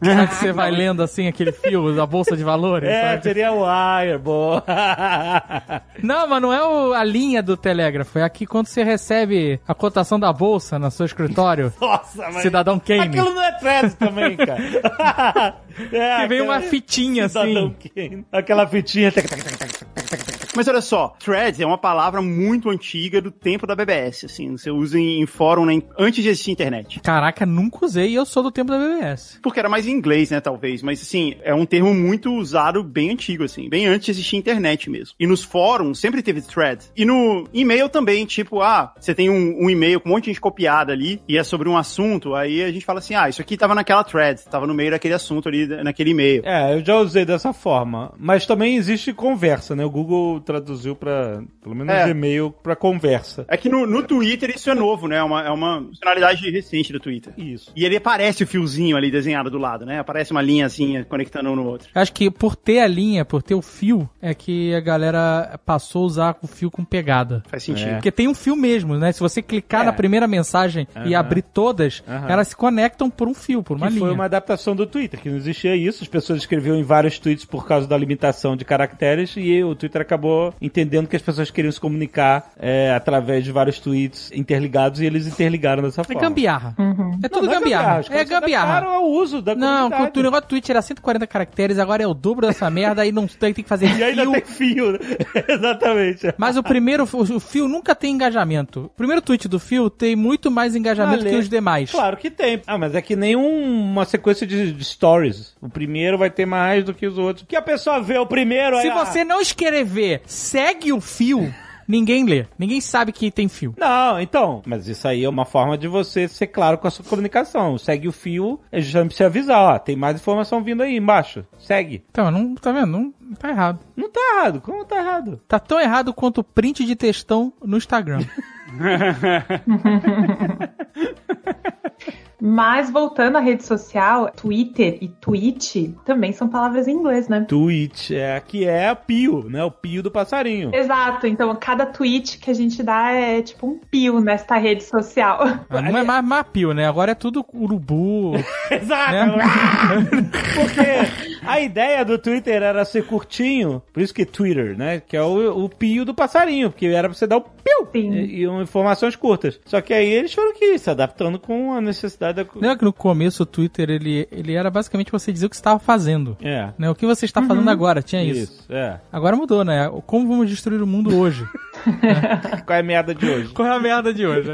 Speaker 4: Sabe que você vai lendo assim aquele fio da bolsa de valores?
Speaker 7: É,
Speaker 4: sabe?
Speaker 7: seria wire, boa. (laughs)
Speaker 4: Não, mas não é o- a linha do telégrafo. É aqui quando você recebe a cotação da bolsa no
Speaker 7: (laughs)
Speaker 4: seu escritório.
Speaker 7: Nossa, mas...
Speaker 4: Cidadão Kane.
Speaker 7: Aquilo não é thread também, cara.
Speaker 4: (laughs)
Speaker 7: (laughs) é,
Speaker 4: Que vem uma
Speaker 7: aquela-
Speaker 4: fitinha
Speaker 7: Cidadão
Speaker 4: assim.
Speaker 7: Kane. Aquela fitinha.
Speaker 2: Mas olha só, threads é uma palavra muito antiga do tempo da BBS, assim, você usa em em fórum né, antes de existir internet.
Speaker 4: Caraca, nunca usei e eu sou do tempo da BBS.
Speaker 2: Porque era mais em inglês, né, talvez, mas assim, é um termo muito usado bem antigo, assim, bem antes de existir internet mesmo. E nos fóruns sempre teve thread. E no e-mail também, tipo, ah, você tem um, um e-mail com um monte de gente copiada ali, e é sobre um assunto, aí a gente fala assim, ah, isso aqui tava naquela thread, tava no meio daquele assunto ali, naquele e-mail.
Speaker 1: É, eu já usei dessa forma. Mas também existe conversa, né? O Google traduziu pra, pelo menos
Speaker 2: É.
Speaker 1: Gmail, pra conversa.
Speaker 2: É que no, no Twitter isso é novo, né? É uma, é uma funcionalidade recente do Twitter.
Speaker 1: Isso.
Speaker 2: E ele aparece o fiozinho ali desenhado do lado, né? Aparece uma linhazinha conectando um no outro.
Speaker 4: Eu Acho que por ter a linha, por ter o fio, é que a galera passou a usar o fio com pegada.
Speaker 2: Faz
Speaker 1: É.
Speaker 2: sentido.
Speaker 4: Porque tem um fio mesmo, né? Se você clicar na primeira mensagem e abrir todas, elas se conectam por um fio, por uma
Speaker 1: que
Speaker 4: linha.
Speaker 1: foi uma adaptação do Twitter, que não existia isso. As pessoas escreviam em vários tweets por causa da limitação de caracteres e o Twitter acabou entendendo que as pessoas queriam se comunicar é, através de vários tweets interligados e eles interligaram dessa
Speaker 4: É
Speaker 1: forma.
Speaker 4: gambiarra. É tudo
Speaker 1: Não, não é
Speaker 4: gambiarra.
Speaker 1: Os
Speaker 4: É
Speaker 1: caras se adaptaram
Speaker 4: gambiarra.
Speaker 1: ao uso da
Speaker 4: Não,
Speaker 1: comunidade.
Speaker 4: o negócio do é Twitch era 140 caracteres, agora é o dobro dessa merda e não tem tem que fazer
Speaker 1: (laughs) E ainda
Speaker 4: fio.
Speaker 1: tem fio. né? (laughs) Exatamente.
Speaker 4: Mas o primeiro, o o fio nunca tem engajamento. O primeiro tweet do fio tem muito mais engajamento
Speaker 1: Valeu.
Speaker 4: que os demais.
Speaker 1: né? Claro que tem. Ah, mas é que nem um- uma sequência de, de stories. O primeiro vai ter mais do que os outros. Que a pessoa vê o primeiro, aí,
Speaker 4: Se
Speaker 1: ah,
Speaker 4: você não escrever, segue o fio, ninguém lê. Ninguém sabe que tem fio.
Speaker 1: Não, então. Mas isso aí é uma forma de você ser claro com a sua comunicação. Segue o fio, é justamente pra você avisar, ó. Tem mais informação vindo aí embaixo. Segue.
Speaker 4: Então, não, tá vendo? Não, não tá errado.
Speaker 1: Não tá errado. Como tá errado?
Speaker 4: Tá tão errado quanto o print de textão no (laughs) Instagram.
Speaker 3: Mas voltando à rede social, Twitter e Twitch também são palavras em inglês, né?
Speaker 1: Tweet, é, que é pio, né? O pio do passarinho.
Speaker 3: Exato, então cada tweet que a gente dá é tipo um pio nesta rede social. (laughs)
Speaker 4: Ah, não é mais mapio, né? Agora é tudo urubu.
Speaker 1: Exato!
Speaker 4: Né?
Speaker 1: (laughs) Porque a ideia do Twitter era ser curtinho, por isso que Twitter, né? Que é o, o pio do passarinho, porque era pra você dar o piu
Speaker 3: Sim.
Speaker 4: É.
Speaker 1: e, e um- informações curtas. Só que aí eles foram que se adaptando com a necessidade da.
Speaker 4: Lembra que no começo o Twitter ele, ele era basicamente você dizer o que você estava fazendo.
Speaker 1: É.
Speaker 4: Né? O que você está fazendo agora? Tinha isso.
Speaker 1: Isso, é.
Speaker 4: Agora mudou, né? Como vamos destruir o mundo hoje?
Speaker 1: Qual é a merda de hoje?
Speaker 4: (laughs)
Speaker 1: (laughs)
Speaker 4: Qual é a merda de hoje?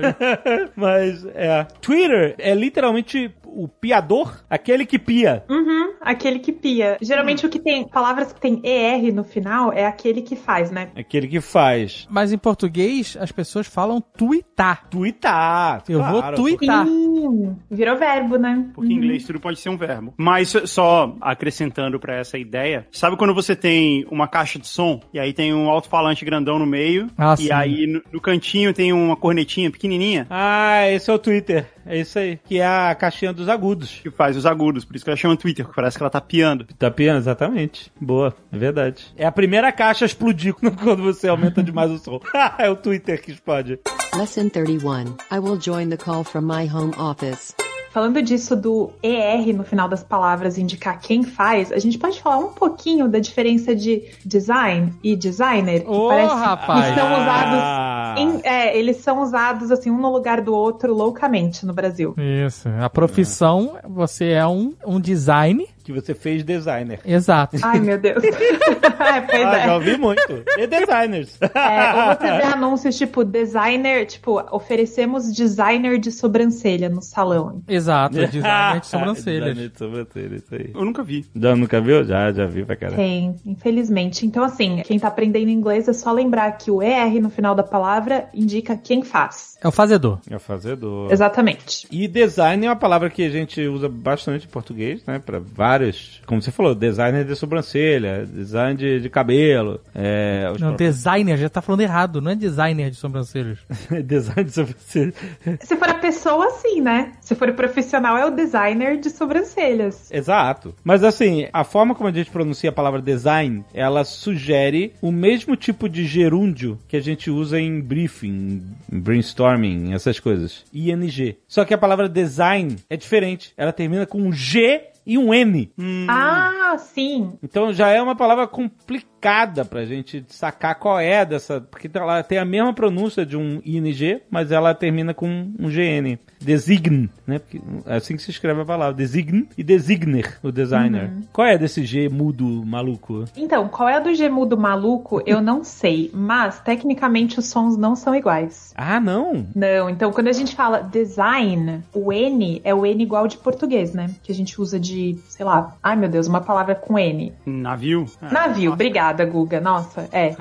Speaker 1: Mas, é. Twitter é literalmente o piador, aquele que pia.
Speaker 3: Uhum, aquele que pia.
Speaker 4: Hum.
Speaker 3: Geralmente o que tem palavras que tem ER no final é aquele que faz, né?
Speaker 1: Aquele que faz.
Speaker 4: (laughs) Mas em português as pessoas falam tuitar.
Speaker 1: Tweetar.
Speaker 4: Eu
Speaker 1: claro,
Speaker 4: vou tuitar.
Speaker 3: Sim, Tá. virou verbo,
Speaker 4: Um
Speaker 3: né?
Speaker 2: Porque em inglês tudo pode ser um verbo. Mas só acrescentando pra essa ideia, sabe quando você tem uma caixa de som e aí tem um alto-falante grandão no meio
Speaker 4: Ah,
Speaker 2: e
Speaker 4: sim.
Speaker 2: aí no, no cantinho tem uma cornetinha pequenininha
Speaker 1: Ah, esse é o Twitter. É isso aí. Que é a caixinha dos agudos.
Speaker 2: que faz os agudos, por isso que ela chama Twitter, que parece que ela tá piando.
Speaker 1: Tá piando, exatamente. Boa, é verdade. É a primeira caixa a explodir (laughs) quando você aumenta demais o som. (laughs) é o Twitter que explode.
Speaker 5: Lesson 31. I will join the call from my home office.
Speaker 3: Falando disso do ER no final das palavras indicar quem faz, a gente pode falar um pouquinho da diferença de design e designer, que
Speaker 4: Ô,
Speaker 3: parece
Speaker 4: rapaz.
Speaker 3: que são usados.
Speaker 1: Ah,
Speaker 3: é um em- é, eles são usados assim, um no lugar do outro, loucamente no
Speaker 4: (laughs)
Speaker 3: Brasil.
Speaker 4: Isso. A profissão, você é um, um design.
Speaker 1: Que você fez designer.
Speaker 4: (laughs) Exato.
Speaker 3: Ai, meu Deus. (laughs) é, pois
Speaker 1: Ah,
Speaker 3: é.
Speaker 1: já ouvi muito. E designers.
Speaker 3: (laughs) É,
Speaker 1: (laughs)
Speaker 3: ou você vê anúncios tipo designer, tipo, oferecemos designer de sobrancelha no salão.
Speaker 4: (laughs) Exato. é Design de
Speaker 1: Designer
Speaker 4: sobrancelhas.
Speaker 1: de sobrancelha, isso aí.
Speaker 2: Eu nunca vi.
Speaker 1: Já nunca viu? Já, já vi pra caralho.
Speaker 3: Tem, infelizmente. Então, assim, quem tá aprendendo inglês é só lembrar que o ER no final da palavra indica quem faz.
Speaker 4: É o fazedor.
Speaker 1: É fazedor.
Speaker 3: Exatamente.
Speaker 1: E design é uma palavra que a gente usa bastante em português, né? Pra áreas, como você falou, designer de sobrancelha, design de, de cabelo. É, os
Speaker 4: Não,
Speaker 1: próprios-
Speaker 4: designer, já tá falando errado, não é designer de sobrancelhas.
Speaker 1: design de sobrancelha.
Speaker 3: Se for a pessoa, sim, né? Se for o profissional, é o designer de sobrancelhas.
Speaker 1: Exato. Mas assim, a forma como a gente pronuncia a palavra design, ela sugere o mesmo tipo de gerúndio que a gente usa em briefing, em brainstorming, essas coisas. ING. Só que a palavra design é diferente. Ela termina com um G e um N.
Speaker 3: Ah, sim.
Speaker 1: Então já é uma palavra complicada pra gente sacar qual é dessa. Porque ela tem a mesma pronúncia de um ING, mas ela termina com um GN. Design, né? Porque é assim que se escreve a palavra. Design e designer, o designer. Qual é desse G mudo maluco?
Speaker 3: Então, qual é a do gemudo maluco? Eu não sei, mas tecnicamente os sons não são iguais.
Speaker 1: Ah, não!
Speaker 3: Não, então quando a gente fala design, o N é o N igual de português, né? Que a gente usa de, sei lá, ai meu Deus, uma palavra com N.
Speaker 2: Navio? É.
Speaker 3: Navio, obrigada, Guga. Nossa, é.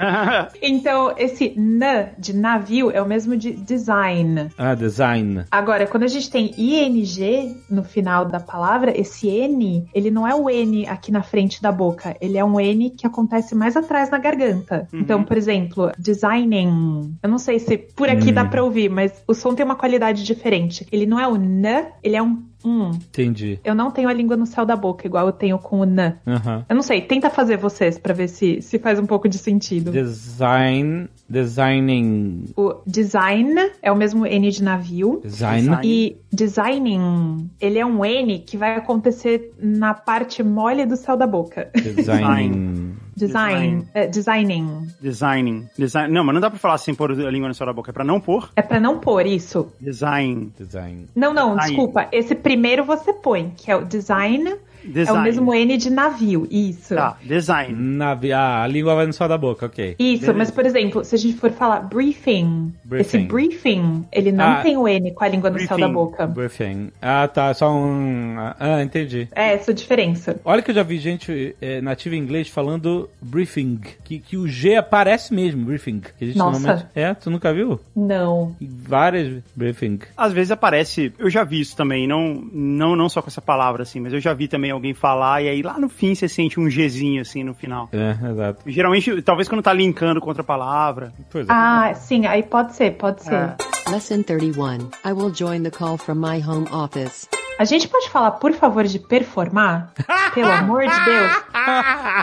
Speaker 3: Então, esse N de navio é o mesmo de design.
Speaker 1: Ah, design.
Speaker 3: Agora, quando a gente tem ING no final da palavra, esse N, ele não é o N aqui na frente da boca. Ele é um N que acontece mais atrás na garganta. Então, por exemplo, designing. Eu não sei se por aqui dá pra ouvir, mas o som tem uma qualidade diferente. Ele não é o N, ele é um. Hum,
Speaker 1: Entendi.
Speaker 3: eu não tenho a língua no céu da boca, igual eu tenho com o N.
Speaker 1: Aham.
Speaker 3: Eu não sei, tenta fazer vocês pra ver se, se faz um pouco de sentido.
Speaker 1: Design. Designing.
Speaker 3: o design é o mesmo N de navio.
Speaker 1: Design.
Speaker 3: E designing, ele é um N que vai acontecer na parte mole do céu da
Speaker 1: (laughs)
Speaker 3: boca.
Speaker 1: Designing.
Speaker 3: Design,
Speaker 2: Design.
Speaker 3: é, designing.
Speaker 2: Designing. Design. Não, mas não dá pra falar sem pôr a língua no céu da boca. É pra não pôr.
Speaker 3: É pra não pôr isso.
Speaker 2: Design.
Speaker 1: Design.
Speaker 3: Não, não,
Speaker 2: Design.
Speaker 3: desculpa. Esse primeiro você põe, que é o design, é
Speaker 2: Design.
Speaker 3: o mesmo N de navio. Isso.
Speaker 2: Tá, design.
Speaker 1: Navi... Ah, a língua vai no céu da boca, ok.
Speaker 3: Isso, mas por exemplo, se a gente for falar briefing,
Speaker 1: Briefing.
Speaker 3: esse briefing, ele não
Speaker 1: Ah.
Speaker 3: tem o N com a língua no céu da
Speaker 2: Briefing.
Speaker 3: boca.
Speaker 1: Briefing. Ah, tá, só um. Ah, entendi.
Speaker 3: É essa a diferença.
Speaker 1: Olha que eu já vi gente eh, nativa em inglês falando briefing, que, que o G aparece mesmo, briefing. Que a gente
Speaker 3: Nossa.
Speaker 1: normalmente- É, tu nunca viu?
Speaker 3: Não.
Speaker 1: E Várias briefing.
Speaker 2: Às vezes aparece, eu já vi isso também, não, não, não só com essa palavra, assim, mas eu já vi também alguém falar, e aí lá no fim você sente um Gzinho, assim, no final.
Speaker 1: É, exato.
Speaker 2: Geralmente, talvez quando tá linkando com outra palavra.
Speaker 1: Pois é.
Speaker 3: Ah, sim, aí pode ser, pode ser.
Speaker 2: Ah.
Speaker 5: Lesson 31. I will join the call from my home office.
Speaker 3: A gente pode falar, por favor,
Speaker 2: (laughs)
Speaker 3: de performar? Pelo amor de Deus.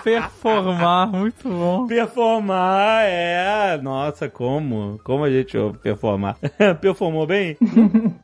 Speaker 4: Performar, muito bom.
Speaker 1: Performar, é. Nossa, como? Como a gente ouve performar? (laughs) Performou bem?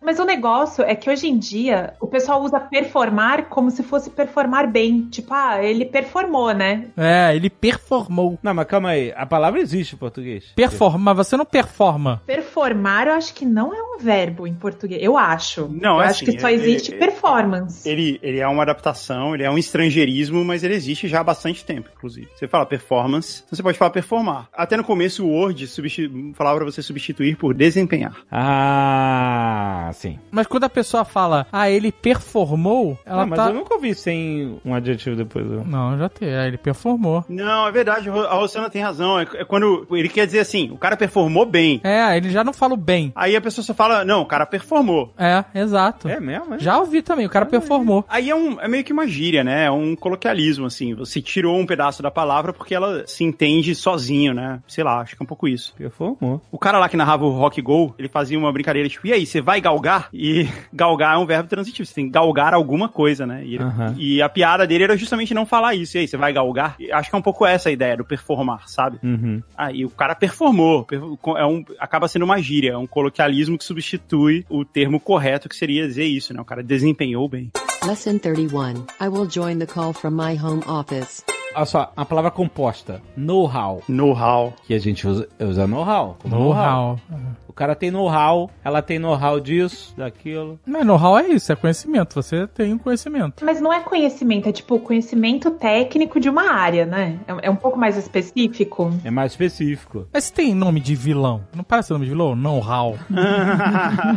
Speaker 3: Mas o negócio é que hoje em dia o pessoal usa performar como se fosse performar bem. Tipo, ah, ele performou, né?
Speaker 4: É, ele performou.
Speaker 1: Não, mas calma aí. A palavra existe em português.
Speaker 4: Performa, você não performa.
Speaker 3: Performar eu acho que não é um verbo em português. Eu acho.
Speaker 2: Não,
Speaker 3: eu
Speaker 2: é
Speaker 3: acho
Speaker 2: assim,
Speaker 3: que só
Speaker 2: é-
Speaker 3: existe
Speaker 2: é-
Speaker 3: performance.
Speaker 2: Ele, ele é uma adaptação, ele é um estrangeirismo, mas ele existe já há bastante tempo, inclusive. Você fala performance, então você pode falar performar. Até no começo o Word substi- falava pra você substituir por desempenhar.
Speaker 1: Ah, sim.
Speaker 4: Mas quando a pessoa fala, ah, ele performou, ela
Speaker 1: Ah, mas
Speaker 4: tá.
Speaker 1: eu nunca ouvi sem um adjetivo depois. eu-
Speaker 4: Não, já tem, é, ele performou.
Speaker 2: Não, é verdade, a Rosana tem razão. É, é quando ele quer dizer assim, o cara performou bem.
Speaker 4: É, ele já não fala o bem.
Speaker 2: Aí a pessoa só fala, não, o cara performou.
Speaker 4: É, exato.
Speaker 1: É mesmo, é?
Speaker 4: Já ouvi também, o cara performou.
Speaker 2: Aí é, um, é meio que uma gíria, né? É um coloquialismo, assim. Você tirou um pedaço da palavra porque ela se entende sozinho, né? Sei lá, acho que é um pouco isso.
Speaker 1: Performou.
Speaker 2: O cara lá que narrava o Rock Go, ele fazia uma brincadeira tipo, e aí, você vai galgar? E (laughs) galgar é um verbo transitivo, você tem que galgar alguma coisa, né? E, ele-
Speaker 1: Aham.
Speaker 2: e a piada dele era justamente não falar isso. E aí, você vai galgar? E acho que é um pouco essa a ideia do performar, sabe?
Speaker 1: Uhum.
Speaker 2: Aí o cara performou. per- É um, acaba sendo uma gíria, é um coloquialismo que substitui o termo correto que seria dizer isso, né? O cara desempenhou bem.
Speaker 5: Lesson 31. I will join the call from my home office.
Speaker 1: Olha só, a palavra composta, know-how,
Speaker 2: Know-how.
Speaker 1: que a gente usa, usa know-how. como
Speaker 4: Know-how.
Speaker 1: O cara tem know-how, ela tem know-how disso, daquilo.
Speaker 4: Mas know-how é isso, é conhecimento. Você tem um conhecimento.
Speaker 3: Mas não é conhecimento, é tipo conhecimento técnico de uma área, né? É, é um pouco mais específico.
Speaker 1: É mais específico.
Speaker 4: Mas tem nome de vilão? Não parece nome de vilão? Know-how.
Speaker 1: (laughs)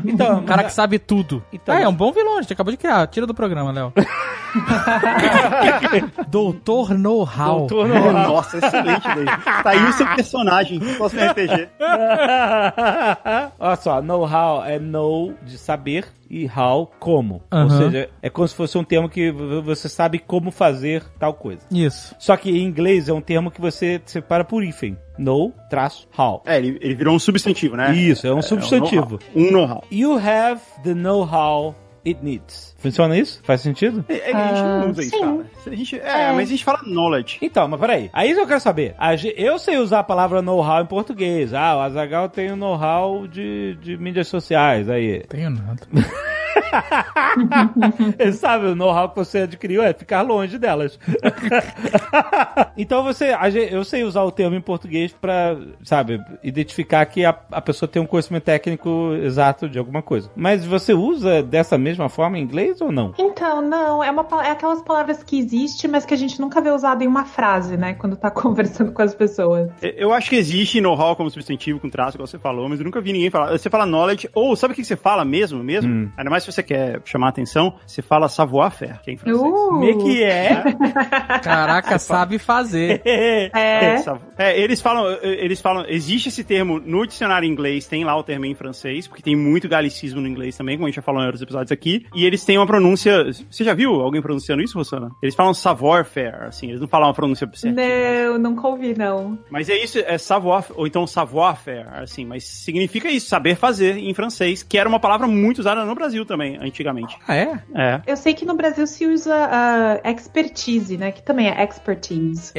Speaker 1: Então,
Speaker 4: O cara que sabe tudo.
Speaker 1: Então-
Speaker 4: ah, é um bom vilão, a gente acabou de criar. Tira do programa, Léo. Doutor know
Speaker 1: (laughs)
Speaker 4: know-how.
Speaker 1: Doutor Know-How.
Speaker 2: (laughs) Nossa, excelente daí. Tá aí o seu personagem. Próximo RPG.
Speaker 1: Olha só, know-how é know de saber e how como. Ou
Speaker 4: Aham.
Speaker 1: seja, é como se fosse um termo que v- você sabe como fazer tal coisa.
Speaker 4: Isso.
Speaker 1: Só que em inglês é um termo que você separa por hífen. Know, traço, how.
Speaker 2: É, ele, ele virou um substantivo, né?
Speaker 1: Isso, é um substantivo.
Speaker 2: É um know-how. Um know-how.
Speaker 1: You have the know-how it needs. Funciona isso? Faz sentido?
Speaker 2: É, é que a gente não usa isso,
Speaker 3: Ah, sim.
Speaker 2: cara. A gente, é, mas a gente fala knowledge.
Speaker 1: Então, mas peraí. Aí eu quero saber. A ge- Eu sei usar a palavra know-how em português. Ah, o Azagal tem o know-how de, de mídias sociais. Aí.
Speaker 4: Tenho nada.
Speaker 1: Ele sabe, o know-how que você adquiriu é ficar longe delas. então você. a ge- Eu sei usar o termo em português pra, sabe, identificar que a, a pessoa tem um conhecimento técnico exato de alguma coisa. Mas você usa dessa mesma forma em inglês ou não?
Speaker 3: Então, não, é, uma, pa- é aquelas palavras que existem, mas que a gente nunca vê usada em uma frase, né? Quando tá (laughs) conversando com as pessoas.
Speaker 2: É, Eu acho que existe know-how como substantivo, com traço, igual você falou, mas eu nunca vi ninguém falar. Você fala knowledge, ou sabe o que você fala mesmo, mesmo?
Speaker 1: Hum.
Speaker 2: Ainda mais se você quer chamar atenção, você fala savoir-faire, que é em francês.
Speaker 3: Uh,
Speaker 1: Como que
Speaker 3: (laughs)
Speaker 1: é? (laughs)
Speaker 4: Caraca,
Speaker 2: (laughs)
Speaker 4: sabe fazer.
Speaker 2: É,
Speaker 3: é,
Speaker 2: sa- é, eles falam, eh, eles falam, existe esse termo no dicionário em inglês, tem lá o termo em francês, porque tem muito galicismo no inglês também, como a gente já falou em outros episódios aqui, e eles têm uma pronúncia, você já viu alguém pronunciando isso, Rosana? Eles falam savoir-faire, assim, eles não falam uma pronúncia certa.
Speaker 3: não, nunca ouvi, não.
Speaker 2: Mas é isso, é savoir, ou então savoir-faire, assim, mas significa isso, saber fazer em francês, que era uma palavra muito usada no Brasil também, antigamente.
Speaker 4: Ah, é?
Speaker 2: É.
Speaker 3: Eu sei que no Brasil se usa ah, expertise, né? Que também é expertise.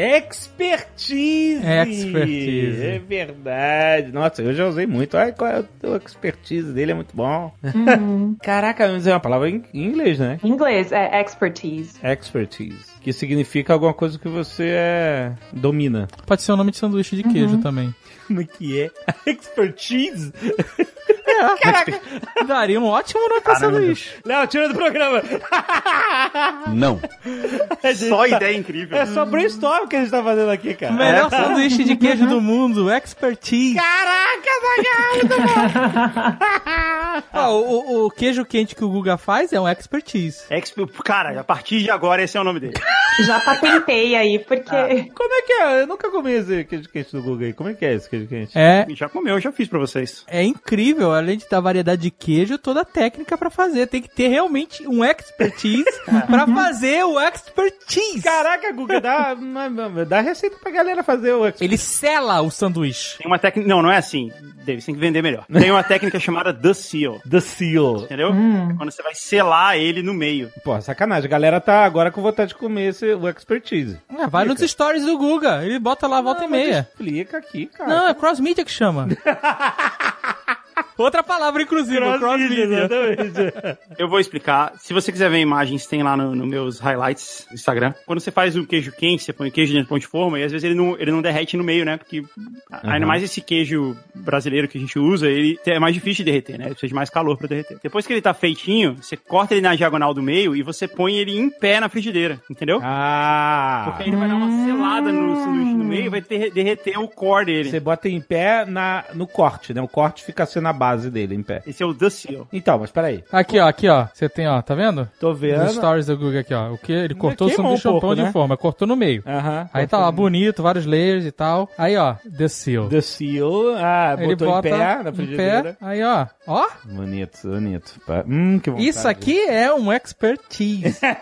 Speaker 1: Expertise!
Speaker 4: Expertise.
Speaker 1: É verdade. Nossa, eu já usei muito. Ai, qual é a tua expertise dele? É muito bom.
Speaker 3: Uhum.
Speaker 1: (laughs) Caraca, mas é uma palavra em em inglês, né?
Speaker 3: Em inglês é expertise.
Speaker 1: Expertise. Que significa alguma coisa que você é, domina.
Speaker 4: Pode ser o nome de sanduíche de queijo
Speaker 1: Uhum.
Speaker 4: também.
Speaker 1: (laughs) Como que é? (laughs) Expertise? (laughs) É,
Speaker 4: Daria um ótimo nome pra sanduíche.
Speaker 1: Léo, tira do programa.
Speaker 8: Não.
Speaker 2: Só ideia incrível.
Speaker 1: É só brainstorm que a gente tá fazendo aqui,
Speaker 4: O
Speaker 1: cara.
Speaker 4: melhor sanduíche de queijo do mundo, expertise. (laughs) Caraca, ah, o, o- o queijo quente que o Guga faz é um expertise.
Speaker 2: Exp- Cara, a partir de agora esse é o nome dele.
Speaker 3: Já
Speaker 2: (laughs)
Speaker 3: patentei aí, porque.
Speaker 2: Ah,
Speaker 1: Como é que é? Eu nunca comi esse queijo quente do Google aí. Como é que é esse queijo quente?
Speaker 4: É,
Speaker 2: Já comeu, já fiz pra vocês.
Speaker 4: é incrível, além de dar variedade de queijo, toda a técnica pra fazer. Tem que ter realmente
Speaker 1: (laughs)
Speaker 4: um expertise pra fazer o expertise.
Speaker 1: Uhum. Caraca, Guga, dá, (laughs) dá receita pra galera fazer o
Speaker 4: Ele sela o sanduíche.
Speaker 2: Tem uma técnica. Não, não é assim, Davis, tem que vender melhor. Tem uma técnica chamada The Seal.
Speaker 1: The Seal.
Speaker 2: Entendeu? É Quando você vai selar ele no meio.
Speaker 1: Pô, sacanagem. A galera tá agora com vontade de comer esse, o expertise.
Speaker 4: Ah, vai nos stories do Guga, ele bota lá a volta e
Speaker 1: Mas
Speaker 4: meia.
Speaker 1: Explica aqui, cara.
Speaker 4: (laughs) Não, é cross-media
Speaker 1: (laughs)
Speaker 4: que chama. Outra palavra, inclusive, cross-media.
Speaker 2: Eu vou explicar. Se você quiser ver imagens, tem lá nos no meus highlights do Instagram. Quando você faz o queijo quente, você põe o queijo dentro do pão de forma e às vezes ele não, ele não derrete no meio, né? Porque a- ainda mais esse queijo brasileiro que a gente usa, ele é mais difícil de derreter, né? Ele precisa de mais calor pra derreter. Depois que ele tá feitinho, você corta ele na diagonal do meio e você põe ele em pé na frigideira, entendeu?
Speaker 1: Ah!
Speaker 4: é
Speaker 2: Porque aí ele vai dar uma selada no sanduíche no meio e vai ter- derreter o core dele.
Speaker 1: Você bota em pé na, no corte, né? O corte fica sendo a base dele em pé.
Speaker 2: Esse é o The Seal.
Speaker 1: Então, mas peraí.
Speaker 4: Aqui, ó, aqui, ó. Você tem, ó, tá vendo?
Speaker 1: Tô
Speaker 4: Os
Speaker 1: vendo.
Speaker 4: stories do Guga aqui, ó. O que ele cortou o
Speaker 1: Queimou
Speaker 4: sanduíche
Speaker 1: um
Speaker 4: ao
Speaker 1: pouco,
Speaker 4: pão
Speaker 1: né?
Speaker 4: de forma, cortou no meio.
Speaker 1: Aham.
Speaker 4: Aí tá lá, bonito, vários layers e tal. Aí, ó, The Seal.
Speaker 1: The Seal. Ah,
Speaker 4: Ele
Speaker 1: botou
Speaker 4: bota
Speaker 1: em pé na
Speaker 4: em
Speaker 1: frigideira.
Speaker 4: pé, aí, ó. Ó,
Speaker 1: Bonito, bonito. Pá. Hum, que vontade.
Speaker 4: isso aqui é um
Speaker 1: (laughs)
Speaker 4: expertise.
Speaker 2: Aí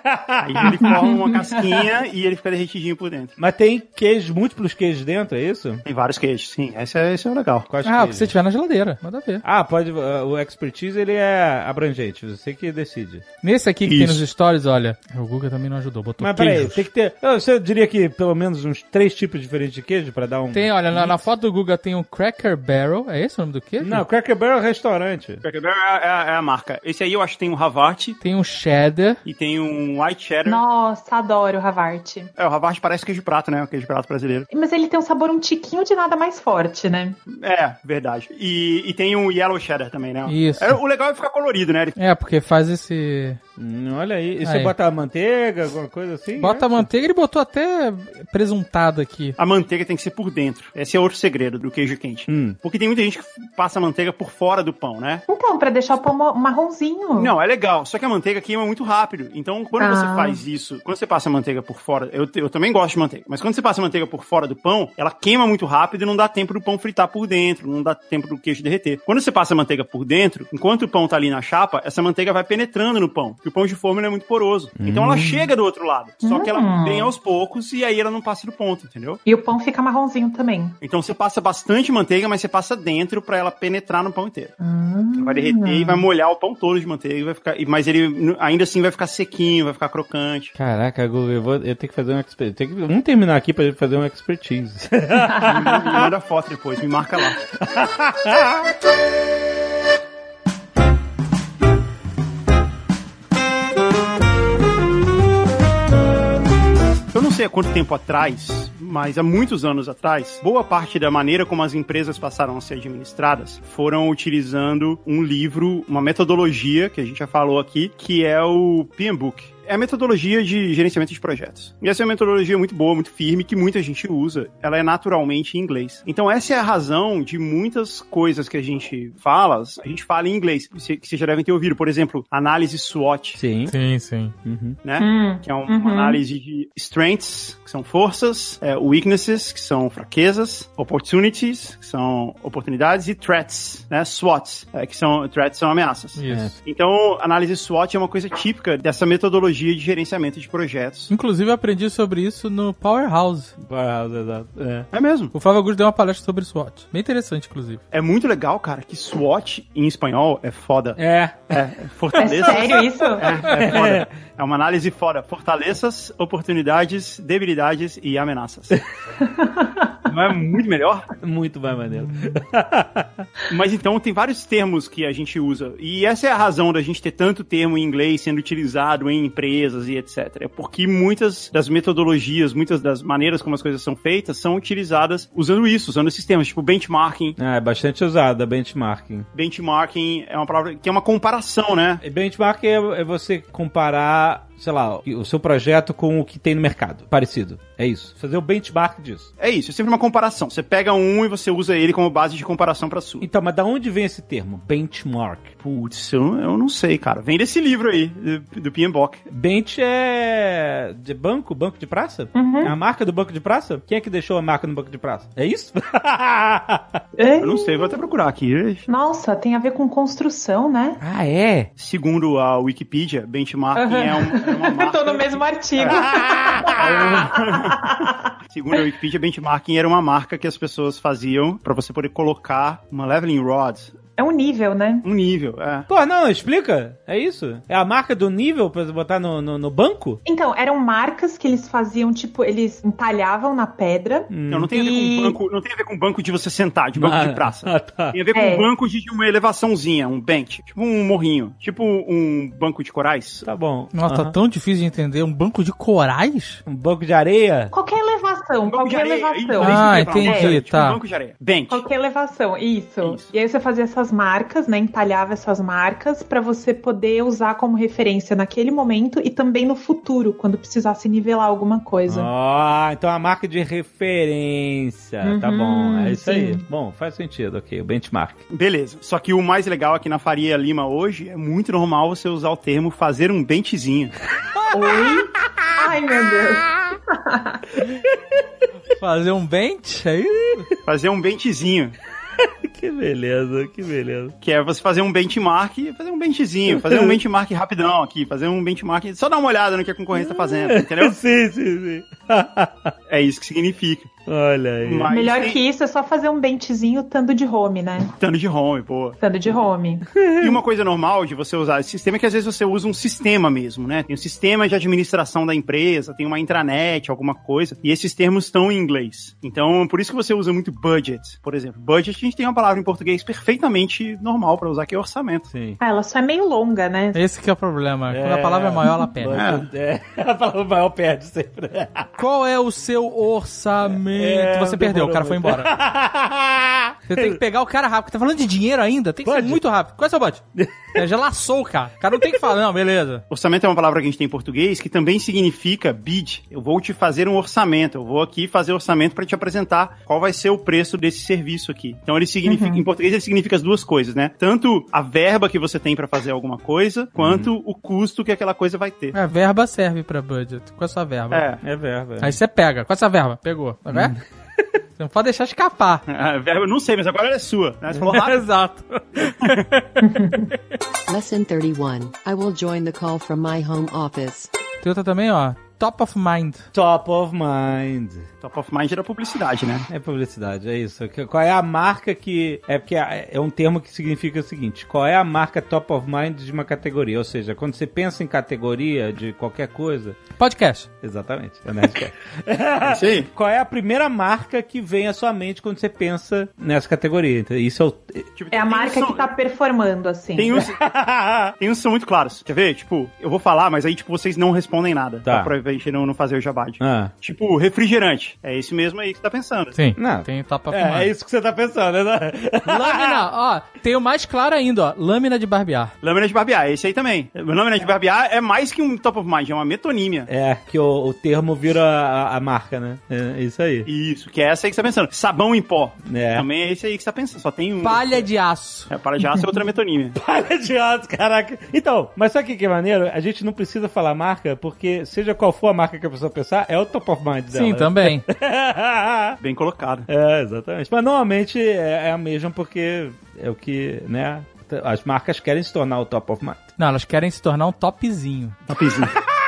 Speaker 2: Ah, ele forma uma casquinha e ele fica derretidinho por dentro.
Speaker 1: Mas tem queijos, múltiplos queijos dentro, é isso?
Speaker 2: Tem vários queijos, sim. Esse é, esse é o legal.
Speaker 1: Quais
Speaker 4: ah, o que
Speaker 1: queijos?
Speaker 4: você tiver na geladeira, manda ver.
Speaker 1: Ah, pode. ah, O expertise ele é abrangente. Você que decide.
Speaker 4: Nesse aqui que tem
Speaker 2: Isso.
Speaker 4: nos stories, olha. O Guga também não ajudou, botou
Speaker 1: Mas peraí,
Speaker 4: queijos.
Speaker 1: tem que ter. eu- Você diria que pelo menos uns três tipos diferentes de queijo pra dar um.
Speaker 4: Tem, olha, na, na foto do Guga tem um Cracker Barrel. É esse o nome do queijo?
Speaker 1: Não, Cracker Barrel é restaurante.
Speaker 2: Cracker Barrel é, é- é a marca. Esse aí eu acho que tem um Havart
Speaker 4: Tem um cheddar.
Speaker 2: e tem um White Cheddar.
Speaker 3: Nossa, adoro o Havart.
Speaker 2: É, o Havart parece queijo de prato, né? O queijo de prato brasileiro.
Speaker 3: Mas ele tem um sabor um tiquinho de nada mais forte, né?
Speaker 2: É, verdade. E, e tem um Yellow Cheddar também, né?
Speaker 4: Isso.
Speaker 2: É, o legal é ficar colorido, né? Ele-
Speaker 4: É, porque faz esse
Speaker 1: Hum, olha aí. E você
Speaker 4: Aí.
Speaker 1: bota manteiga, alguma coisa assim?
Speaker 4: Bota a manteiga, ele botou até presuntado aqui.
Speaker 2: A manteiga tem que ser por dentro. Esse é outro segredo do queijo quente.
Speaker 1: Hum.
Speaker 2: Porque tem muita gente que passa a manteiga por fora do pão, né?
Speaker 3: Então, pra deixar o pão ma- marronzinho.
Speaker 2: Não, é legal. Só que a manteiga queima muito rápido. Então, quando
Speaker 3: Ah.
Speaker 2: você faz isso, quando você passa a manteiga por fora, eu, eu também gosto de manteiga, mas quando você passa a manteiga por fora do pão, ela queima muito rápido e não dá tempo do pão fritar por dentro, não dá tempo do queijo derreter. Quando você passa a manteiga por dentro, enquanto o pão tá ali na chapa, essa manteiga vai penetrando no pão, porque o pão de forma ele é muito poroso. Então ela chega do outro lado, só que ela
Speaker 3: Hum.
Speaker 2: vem aos poucos e aí ela não passa do ponto, entendeu?
Speaker 3: E o pão fica marronzinho também.
Speaker 2: Então você passa bastante manteiga, mas você passa dentro pra ela penetrar no pão inteiro. Vai derreter e vai molhar o pão todo de manteiga, e vai ficar, e- mas ele n- ainda assim vai ficar sequinho, vai ficar
Speaker 1: (laughs)
Speaker 2: crocante.
Speaker 1: Caraca, Guga, eu, vou, eu tenho que fazer um expertise. Tenho que- Vamos terminar aqui pra gente fazer um expertise.
Speaker 2: Me manda foto depois, me marca lá. Eu não sei há quanto tempo atrás, mas há muitos anos atrás, boa parte da maneira como as empresas passaram a ser administradas foram utilizando um livro, uma metodologia que a gente já falou aqui, que é o PM Book. É a metodologia de gerenciamento de projetos. E essa é uma metodologia muito boa, muito firme, que muita gente usa. Ela é naturalmente em inglês. Então, essa é a razão de muitas coisas que a gente fala, a gente fala em inglês, que vocês que vocês já devem ter ouvido. Por exemplo, análise SWOT,
Speaker 1: Sim. (laughs)
Speaker 4: (laughs) Sim, sim.
Speaker 2: né?
Speaker 3: Hum.
Speaker 2: que é uma
Speaker 3: Uhum.
Speaker 2: análise de strengths, que são forças, é, weaknesses, que são fraquezas, opportunities, que são oportunidades, e threats, né, SWOTs, é, que são, threats são ameaças.
Speaker 4: Isso.
Speaker 2: Então, análise SWOT é uma coisa típica dessa metodologia de gerenciamento de projetos.
Speaker 4: É. Inclusive, eu aprendi sobre isso no Powerhouse.
Speaker 1: Powerhouse, exato. É.
Speaker 2: É mesmo.
Speaker 4: O Flávio Augusto deu uma palestra sobre SWOT. Bem interessante, inclusive.
Speaker 2: É muito legal, cara, que SWOT em espanhol é foda.
Speaker 1: É. (laughs)
Speaker 3: É
Speaker 2: Fortalezas.
Speaker 3: sério
Speaker 2: (laughs)
Speaker 3: isso?
Speaker 2: É foda. É uma análise fora. Fortalezas, oportunidades, debilidades e ameaças. Não é muito melhor?
Speaker 1: Muito mais maneiro. (laughs)
Speaker 2: Mas então tem vários termos que a gente usa. E essa é a razão da gente ter tanto termo em inglês sendo utilizado em empresas e etc. É porque muitas das metodologias, muitas das maneiras como as coisas são feitas são utilizadas usando isso, usando esses termos, tipo benchmarking.
Speaker 1: Ah, é bastante usada, benchmarking.
Speaker 2: Benchmarking é uma palavra que é uma comparação, né?
Speaker 1: E Benchmark é, é você comparar, sei lá, o seu projeto com o que tem no mercado. Parecido. É isso. Fazer o benchmark disso.
Speaker 2: É isso, é sempre uma comparação. Você pega um e você usa ele como base de comparação pra sua.
Speaker 1: Então, mas da onde vem esse termo? Benchmark.
Speaker 2: Putz, eu, eu não sei, cara. Vem desse livro aí, do, do Piembok.
Speaker 1: Bench é de banco? Banco de praça? É a marca do banco de praça? Quem é que deixou a marca no banco de praça? É isso? (laughs) ah,
Speaker 3: É?
Speaker 2: Eu não sei, vou até procurar aqui.
Speaker 3: Nossa, tem a ver com construção, né?
Speaker 1: é?
Speaker 2: Segundo a Wikipedia, benchmarking é, um, é
Speaker 3: (laughs)
Speaker 2: uma marca... Ah.
Speaker 3: Tô no mesmo artigo.
Speaker 2: Segundo a Wikipedia, benchmarking era uma marca que as pessoas faziam pra você poder colocar uma leveling rod,
Speaker 3: É um nível, né?
Speaker 2: um nível, é.
Speaker 1: Pô, não, explica. É isso? É a marca do nível pra você botar no, no, no banco?
Speaker 3: Então, eram marcas que eles faziam, tipo, eles entalhavam na pedra.
Speaker 4: Hum.
Speaker 2: Então, Não, não tem a ver com
Speaker 3: E-
Speaker 2: banco, não tem a ver com banco de você sentar, de banco de praça.
Speaker 4: (laughs)
Speaker 1: Ah, tá.
Speaker 2: Tem a ver com
Speaker 3: É.
Speaker 2: banco de de uma elevaçãozinha, um bench, tipo um morrinho, tipo um banco de corais.
Speaker 1: Tá bom.
Speaker 4: Nossa, tá
Speaker 1: Aham.
Speaker 4: tão difícil de entender. Um banco de corais?
Speaker 1: Um banco de areia?
Speaker 3: Qualquer elevação,
Speaker 2: Um banco de
Speaker 3: qualquer
Speaker 2: areia.
Speaker 3: elevação.
Speaker 2: isso,
Speaker 4: Ah,
Speaker 2: isso que eu ia falar,
Speaker 4: entendi,
Speaker 2: é, tipo
Speaker 4: tá.
Speaker 2: um banco de areia. Bench.
Speaker 3: Qualquer elevação, isso.
Speaker 2: Isso.
Speaker 3: E aí você fazia essas marcas, né? Entalhava essas marcas pra você poder usar como referência naquele momento e também no futuro, quando precisasse nivelar alguma coisa.
Speaker 1: Ah, então é a marca de referência. tá
Speaker 3: Uhum,
Speaker 1: bom, é isso aí.
Speaker 3: sim.
Speaker 1: Bom, faz sentido, ok. O benchmark.
Speaker 2: Beleza. Só que o mais legal aqui na Faria Lima hoje é muito normal você usar o termo fazer um benchzinho.
Speaker 3: Oi? Ai, meu Deus.
Speaker 4: Fazer um bench? Aí
Speaker 2: Fazer um benchzinho.
Speaker 1: (laughs) Que beleza, que beleza.
Speaker 2: Que é você fazer um benchmark, fazer um benchzinho, fazer um benchmark rapidão aqui, fazer um benchmark, só dar uma olhada no que a concorrência tá fazendo,
Speaker 1: (laughs)
Speaker 2: entendeu?
Speaker 1: Sim, sim, sim.
Speaker 2: É isso que significa.
Speaker 1: Olha aí.
Speaker 2: Mas
Speaker 3: Melhor
Speaker 2: tem
Speaker 3: que isso é só fazer um bentezinho tando de home, né?
Speaker 2: Tanto de home, pô.
Speaker 3: Tando de home.
Speaker 2: E uma coisa normal de você usar esse sistema é que às vezes você usa um sistema mesmo, né? Tem um sistema de administração da empresa, tem uma intranet, alguma coisa, e esses termos estão em inglês. Então, por isso que você usa muito budget, por exemplo. Budget, a gente tem uma palavra em português perfeitamente normal pra usar, que é
Speaker 4: (laughs)
Speaker 2: orçamento.
Speaker 1: Sim.
Speaker 3: Ah, ela só é meio longa, né?
Speaker 4: Esse que é o problema. Quando a palavra é maior, ela perde.
Speaker 1: (laughs) É. a palavra maior perde sempre.
Speaker 4: Qual é o seu orçamento?
Speaker 1: É,
Speaker 4: Você perdeu, o cara foi embora. Você tem que pegar o cara rápido. Tá falando de dinheiro ainda? Tem que ser muito rápido. Qual é o
Speaker 1: (laughs)
Speaker 4: seu bote? É, já laçou o cara. O cara não tem que falar, não, beleza.
Speaker 2: Orçamento é uma palavra que a gente tem em português que também significa bid. Eu vou te fazer um orçamento. Eu vou aqui fazer orçamento para te apresentar qual vai ser o preço desse serviço aqui. Então ele significa, em português ele significa as duas coisas, né? Tanto a verba que você tem para fazer alguma coisa, quanto o custo que aquela coisa vai ter.
Speaker 4: A verba serve pra budget. Qual é a sua verba?
Speaker 2: É.
Speaker 1: É Hum. verba.
Speaker 4: Aí você pega. Qual é a sua verba? Pegou. Tá vendo? Você não pode
Speaker 1: (laughs)
Speaker 4: deixar escapar.
Speaker 2: A verba, eu não sei, mas agora ela é sua. Né?
Speaker 4: (laughs)
Speaker 2: Você falou, ah,
Speaker 4: Exato.
Speaker 5: Lesson 31. I will join the call from my home office.
Speaker 4: Tem outra também, ó. Top of mind.
Speaker 1: Top of mind.
Speaker 2: top of mind era publicidade, né?
Speaker 1: É publicidade, é isso. Que- Qual é a marca que. É porque é é um termo que significa o seguinte: qual é a marca top of mind de uma categoria? Ou seja, quando você pensa em categoria de qualquer coisa.
Speaker 4: Podcast.
Speaker 1: Exatamente. é Nerdcast.
Speaker 2: Sim.
Speaker 1: qual é a primeira marca que vem à sua mente quando você pensa nessa categoria? Então, Isso é o.
Speaker 2: Tipo,
Speaker 3: É a
Speaker 2: tem
Speaker 3: marca
Speaker 2: um som-
Speaker 3: que tá performando, assim.
Speaker 2: Tem uns, (laughs) tem uns que são muito claros. Quer ver? Tipo, eu vou falar, mas aí, tipo, vocês não respondem nada.
Speaker 1: Tá.
Speaker 2: Tá. Pra pra gente não, não fazer o jabade.
Speaker 1: Ah.
Speaker 2: Tipo, refrigerante. É esse mesmo aí que você tá pensando.
Speaker 4: Sim.
Speaker 1: Não.
Speaker 4: Tem top of
Speaker 1: É, é
Speaker 4: mind.
Speaker 1: isso que você tá pensando, né?
Speaker 4: Lâmina, ó. Tem o mais claro ainda, ó. Lâmina de barbear.
Speaker 2: Lâmina de barbear, é esse aí também. Lâmina de barbear é mais que um top of mind, é uma metonímia.
Speaker 1: (laughs) É, que o, o termo vira a, a marca, né? É isso aí. (laughs)
Speaker 2: Isso, que é essa aí que você tá pensando. Sabão em pó.
Speaker 1: É.
Speaker 2: Também é esse aí que você tá pensando. Só tem um.
Speaker 4: Palha de aço.
Speaker 2: É, para de aço é outra metonímia.
Speaker 1: Palha de aço, caraca. Então, mas sabe o que que é maneiro? A gente não precisa falar marca, porque seja qual for a marca que a pessoa pensar, é o top of mind dela.
Speaker 4: Sim, também.
Speaker 2: Bem colocado.
Speaker 1: (laughs) é, exatamente. Mas normalmente é, é a mesma porque é o que, né? As marcas querem se tornar o top of mind.
Speaker 4: Não, elas querem se tornar um topzinho.
Speaker 2: Topzinho. (laughs)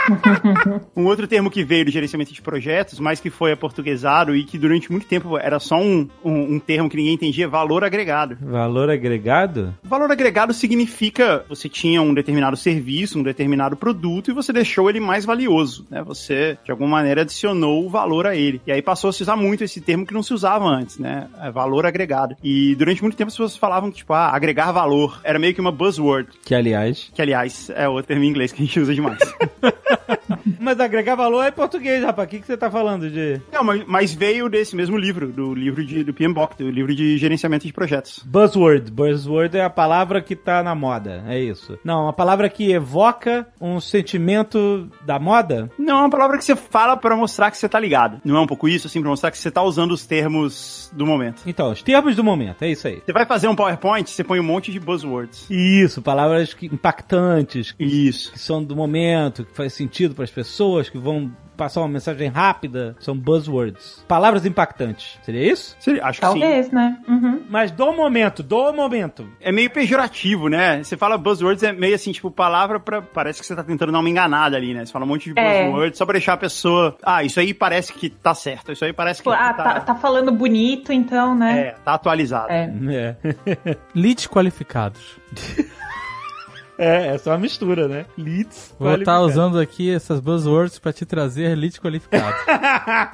Speaker 2: Um outro termo que veio do gerenciamento de projetos, mas que foi aportuguesado e que durante muito tempo era só um, um, um termo que ninguém entendia, é valor agregado.
Speaker 1: Valor agregado?
Speaker 2: Valor agregado significa você tinha um determinado serviço, um determinado produto e você deixou ele mais valioso, né? Você, de alguma maneira, adicionou o valor a ele. E aí passou a se usar muito esse termo que não se usava antes, né? É valor agregado. E durante muito tempo as pessoas falavam que, tipo, ah, agregar valor era meio que uma buzzword,
Speaker 1: Que, aliás...
Speaker 2: que, aliás, é outro termo em inglês que a gente usa demais.
Speaker 1: Mas agregar valor é em português, rapaz. O que, que você tá falando de...
Speaker 2: Não, mas, mas veio desse mesmo livro, do livro de, do PMBOK, do livro de gerenciamento de projetos.
Speaker 1: Buzzword. Buzzword é a palavra que tá na moda, é isso. Não, uma palavra que evoca um sentimento da moda,
Speaker 2: Não, é uma palavra que você fala pra mostrar que você tá ligado. Não é um pouco isso, assim, pra mostrar que você tá usando os termos do momento.
Speaker 1: Então, os termos do momento, é isso aí.
Speaker 2: Você vai fazer um PowerPoint, você põe um monte de buzzwords.
Speaker 1: Isso, palavras que- impactantes, que
Speaker 2: Isso.
Speaker 1: que são do momento, que faz sentido para as pessoas, que vão passar uma mensagem rápida, são buzzwords. Palavras impactantes. Seria isso?
Speaker 2: Seria- Acho que sim.
Speaker 3: Talvez, né? Uhum.
Speaker 1: Mas do momento, do momento.
Speaker 2: É meio pejorativo, né? Você fala buzzwords, é meio assim, tipo, palavra pra. Parece que você tá tentando dar uma enganada ali, né? Você fala um monte de
Speaker 3: É.
Speaker 2: buzzwords só pra deixar a pessoa. Ah, isso aí parece que tá certo. Isso aí parece que
Speaker 3: Tipo, ah, tá, tá falando bonito, então, né?
Speaker 2: É, tá atualizado.
Speaker 3: É.
Speaker 1: É. (laughs)
Speaker 4: Leads qualificados.
Speaker 1: é, é só uma mistura, né? Leads.
Speaker 4: Vou estar usando aqui essas buzzwords pra te trazer
Speaker 1: (laughs)
Speaker 4: leads qualificados.
Speaker 2: (laughs)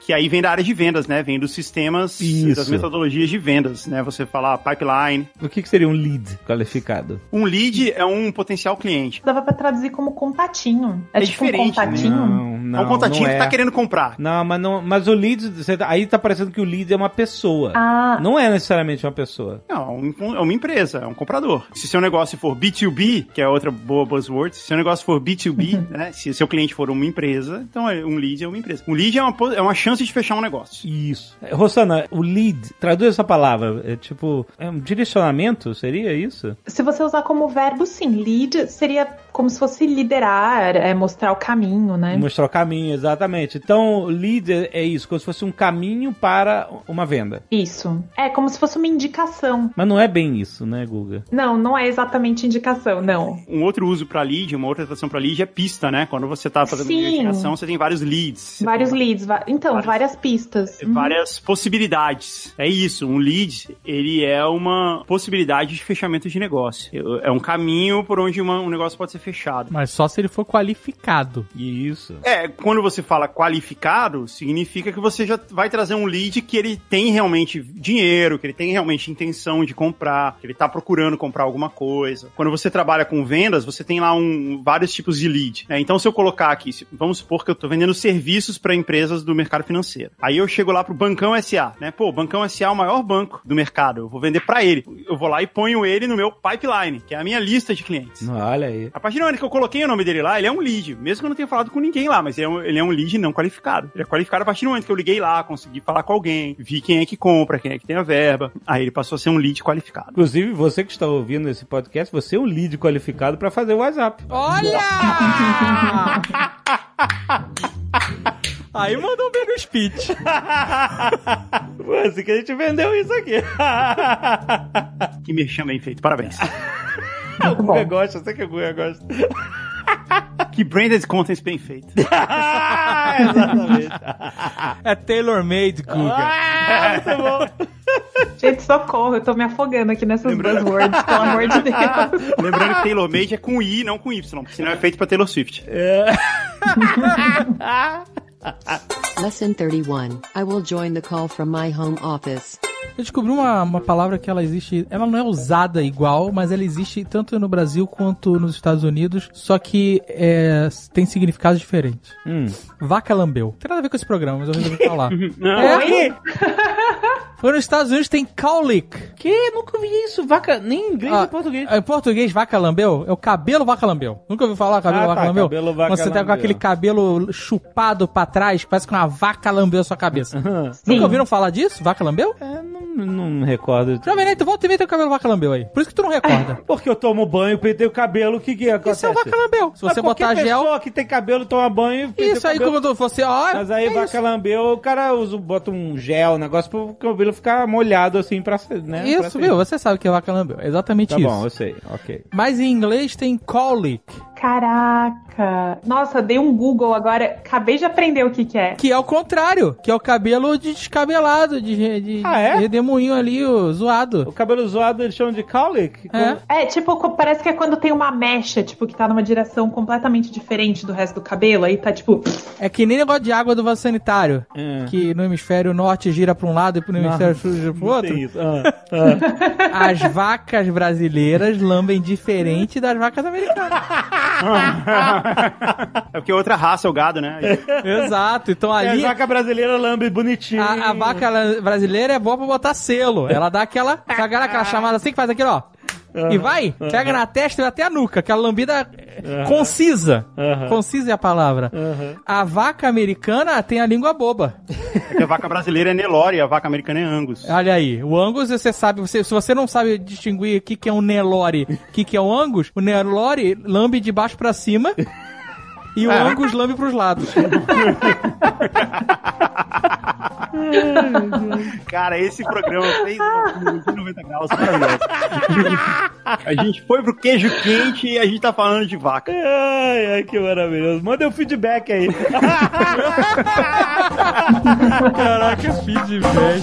Speaker 2: Que aí vem da área de vendas, né? Vem dos sistemas,
Speaker 1: Isso.
Speaker 2: das metodologias de vendas, né? Você fala pipeline.
Speaker 1: O que, que seria um lead qualificado?
Speaker 2: Um lead é um potencial cliente.
Speaker 3: Dava pra traduzir como contatinho. É,
Speaker 2: É
Speaker 3: tipo um
Speaker 2: diferente,
Speaker 3: contatinho.
Speaker 1: não.
Speaker 2: é um contatinho
Speaker 1: não
Speaker 2: que tá querendo comprar.
Speaker 1: Não, mas, não, mas o lead. você tá- Aí tá parecendo que o lead é uma pessoa.
Speaker 3: Ah,
Speaker 1: Não é necessariamente uma pessoa.
Speaker 2: Não, é um- é uma empresa, é um comprador. Se seu negócio for B2B, que é outra boa buzzword, se seu negócio for B2B,
Speaker 3: Uhum.
Speaker 2: né? Se seu cliente for uma empresa, então é- um lead é uma empresa. Um lead é uma, po- é uma chance de fechar um negócio.
Speaker 1: Isso. É, Rosana, o lead, traduz essa palavra. É tipo, é um direcionamento? Seria isso?
Speaker 3: se você usar como verbo, sim. Lead seria como se fosse liderar, é mostrar o caminho, né?
Speaker 1: Mostrar o caminho, exatamente. Então, o lead é- é isso, como se fosse um caminho para uma venda.
Speaker 3: Isso. É como se fosse uma indicação.
Speaker 1: Mas não é bem isso, né, Guga?
Speaker 3: Não, não é exatamente indicação, não.
Speaker 2: Um outro uso pra lead, uma outra atração pra lead é pista, né? Quando você tá fazendo
Speaker 3: Sim.
Speaker 2: investigação, você tem vários leads. Você
Speaker 3: Vários
Speaker 2: tem-
Speaker 3: leads. va- Então,
Speaker 2: Vários- É,
Speaker 3: várias pistas. Uhum.
Speaker 2: várias possibilidades. É isso, um lead, ele é uma possibilidade de fechamento de negócio. É um caminho por onde uma- um negócio pode ser fechado.
Speaker 4: Mas só se ele for qualificado.
Speaker 1: Isso.
Speaker 2: É, é, quando você fala qualificado, significa que você já vai trazer um lead que ele tem realmente dinheiro, que ele tem realmente intenção de comprar, que ele tá procurando comprar alguma coisa. Quando você trabalha com vendas, você tem lá um, vários tipos de lead. né? Então, se eu colocar aqui, se- vamos supor que eu tô vendendo serviços para empresas do mercado financeiro. Aí eu chego lá pro Bancão SA, né? Pô, o Bancão SA é o maior banco do mercado, eu vou vender para ele. Eu vou lá e ponho ele no meu pipeline, que é a minha lista de clientes.
Speaker 1: Olha aí.
Speaker 2: A partir do momento que eu coloquei o nome dele lá, ele é um lead. Mesmo que eu não tenha falado com ninguém lá, mas ele é um, ele é um lead não qualificado. Ele é qualificado a partir do momento que eu liguei lá, consegui falar com alguém, vi quem é que compra, quem é que tem a verba. Aí ele passou a ser um lead qualificado.
Speaker 1: Inclusive, você que está ouvindo esse podcast, você é um lead qualificado para fazer o WhatsApp.
Speaker 4: Olha!
Speaker 9: Aí mandou bem no speech.
Speaker 1: Pô, assim que a gente vendeu isso aqui.
Speaker 2: Que merchan bem feito, parabéns.
Speaker 3: Tá
Speaker 1: o Guga gosta, (laughs) eu sei que o Guga gosta.
Speaker 2: que branded contents bem feito.
Speaker 1: (laughs) Exatamente.
Speaker 4: É tailor-made, Guga.
Speaker 3: Gente, socorro, eu tô me afogando aqui nessas buzzwords, pelo amor de
Speaker 2: (laughs)
Speaker 3: Deus.
Speaker 2: Lembrando que Taylor Made é com I, não com Y, porque senão é feito pra Taylor Swift.
Speaker 5: Lesson 31. I will join the call from my home office.
Speaker 4: Eu descobri uma, uma palavra que ela existe. Ela não é usada igual, mas ela existe tanto no Brasil quanto nos Estados Unidos. Só que é, tem significados diferentes.
Speaker 1: Hum.
Speaker 4: Vaca lambeu. Não tem nada a ver com esse programa, mas eu resolvi
Speaker 1: (laughs)
Speaker 4: falar. é, foi nos Estados Unidos tem cowlick.
Speaker 1: Que? Nunca vi isso. Vaca, nem em inglês
Speaker 4: Ah,
Speaker 1: nem em português.
Speaker 4: Em português, vaca lambeu é o cabelo vaca lambeu. Nunca ouviu falar cabelo
Speaker 1: Ah,
Speaker 4: vaca
Speaker 1: tá,
Speaker 4: lambeu?
Speaker 1: cabelo vaca
Speaker 4: Quando você tá com
Speaker 1: lambeu.
Speaker 4: aquele cabelo chupado pra trás, parece que uma vaca lambeu a sua cabeça. Nunca ouviram falar disso? Vaca lambeu?
Speaker 1: É, não, não me recordo.
Speaker 4: Jovem Nerd, tu volta e meia teu cabelo vaca lambeu aí. Por isso que tu não recorda.
Speaker 1: Porque eu tomo banho, pentei o cabelo, o que que acontece?
Speaker 4: Isso é o vaca lambeu. Se
Speaker 1: Mas
Speaker 4: você
Speaker 1: qualquer
Speaker 4: botar gel...
Speaker 1: pessoa que tem cabelo, toma banho, penteia o
Speaker 4: Isso aí,
Speaker 1: cabelo.
Speaker 4: como tu- você... Ó,
Speaker 1: Mas aí
Speaker 4: é
Speaker 1: vaca
Speaker 4: isso.
Speaker 1: lambeu, o cara usa, bota um gel, um negócio pro cabelo ficar molhado assim pra ser, né? pra
Speaker 4: Isso,
Speaker 1: ser.
Speaker 4: viu? Você sabe o que é vaca lambeu. É Exatamente
Speaker 1: Tá
Speaker 4: isso.
Speaker 1: bom, eu sei, ok.
Speaker 4: Mas em inglês tem cowlick,
Speaker 3: Caraca. Nossa, dei um Google agora, acabei de aprender o que que é.
Speaker 4: que é o contrário, que é o cabelo de descabelado, de, de, de
Speaker 1: Ah, é?
Speaker 4: redemoinho ali, o, zoado.
Speaker 1: O cabelo zoado eles chamam de cowlick?
Speaker 4: É.
Speaker 3: É, tipo, co- parece que é quando tem uma mecha, tipo, que tá numa direção completamente diferente do resto do cabelo, aí tá tipo...
Speaker 4: É que nem negócio de água do vaso sanitário.
Speaker 1: É.
Speaker 4: Que no hemisfério norte gira pra um lado e pro hemisfério sul gira pro
Speaker 1: Não tem
Speaker 4: outro.
Speaker 1: isso. Ah, ah.
Speaker 4: As vacas brasileiras lambem diferente das
Speaker 1: (laughs)
Speaker 4: vacas americanas.
Speaker 2: É porque outra raça é o gado, né?
Speaker 4: Exato. Então
Speaker 1: É,
Speaker 4: ali.
Speaker 1: vaca brasileira lambe bonitinho.
Speaker 4: A, a vaca la- brasileira é boa pra botar selo. Ela dá aquela, sabe aquela chamada assim que faz aquilo, ó. E vai, pega na testa e vai até a nuca, aquela lambida concisa.
Speaker 1: Aham.
Speaker 4: Concisa é a palavra.
Speaker 1: Aham.
Speaker 4: A vaca americana tem a língua boba.
Speaker 2: É que a vaca brasileira é Nelore, a vaca americana é Angus.
Speaker 4: Olha aí, o Angus, você sabe, você- se você não sabe distinguir o que, que é um Nelore o que, que é um Angus, o Nelore lambe de baixo pra cima e o
Speaker 1: É.
Speaker 4: Angus lambe pros lados.
Speaker 2: Cara, esse programa fez uma curva de 90 graus maravilhosa. A gente foi pro queijo quente e a gente tá falando de vaca.
Speaker 1: Ai, ai, que maravilhoso. Manda o feedback aí.
Speaker 4: (laughs) Caraca, feedback.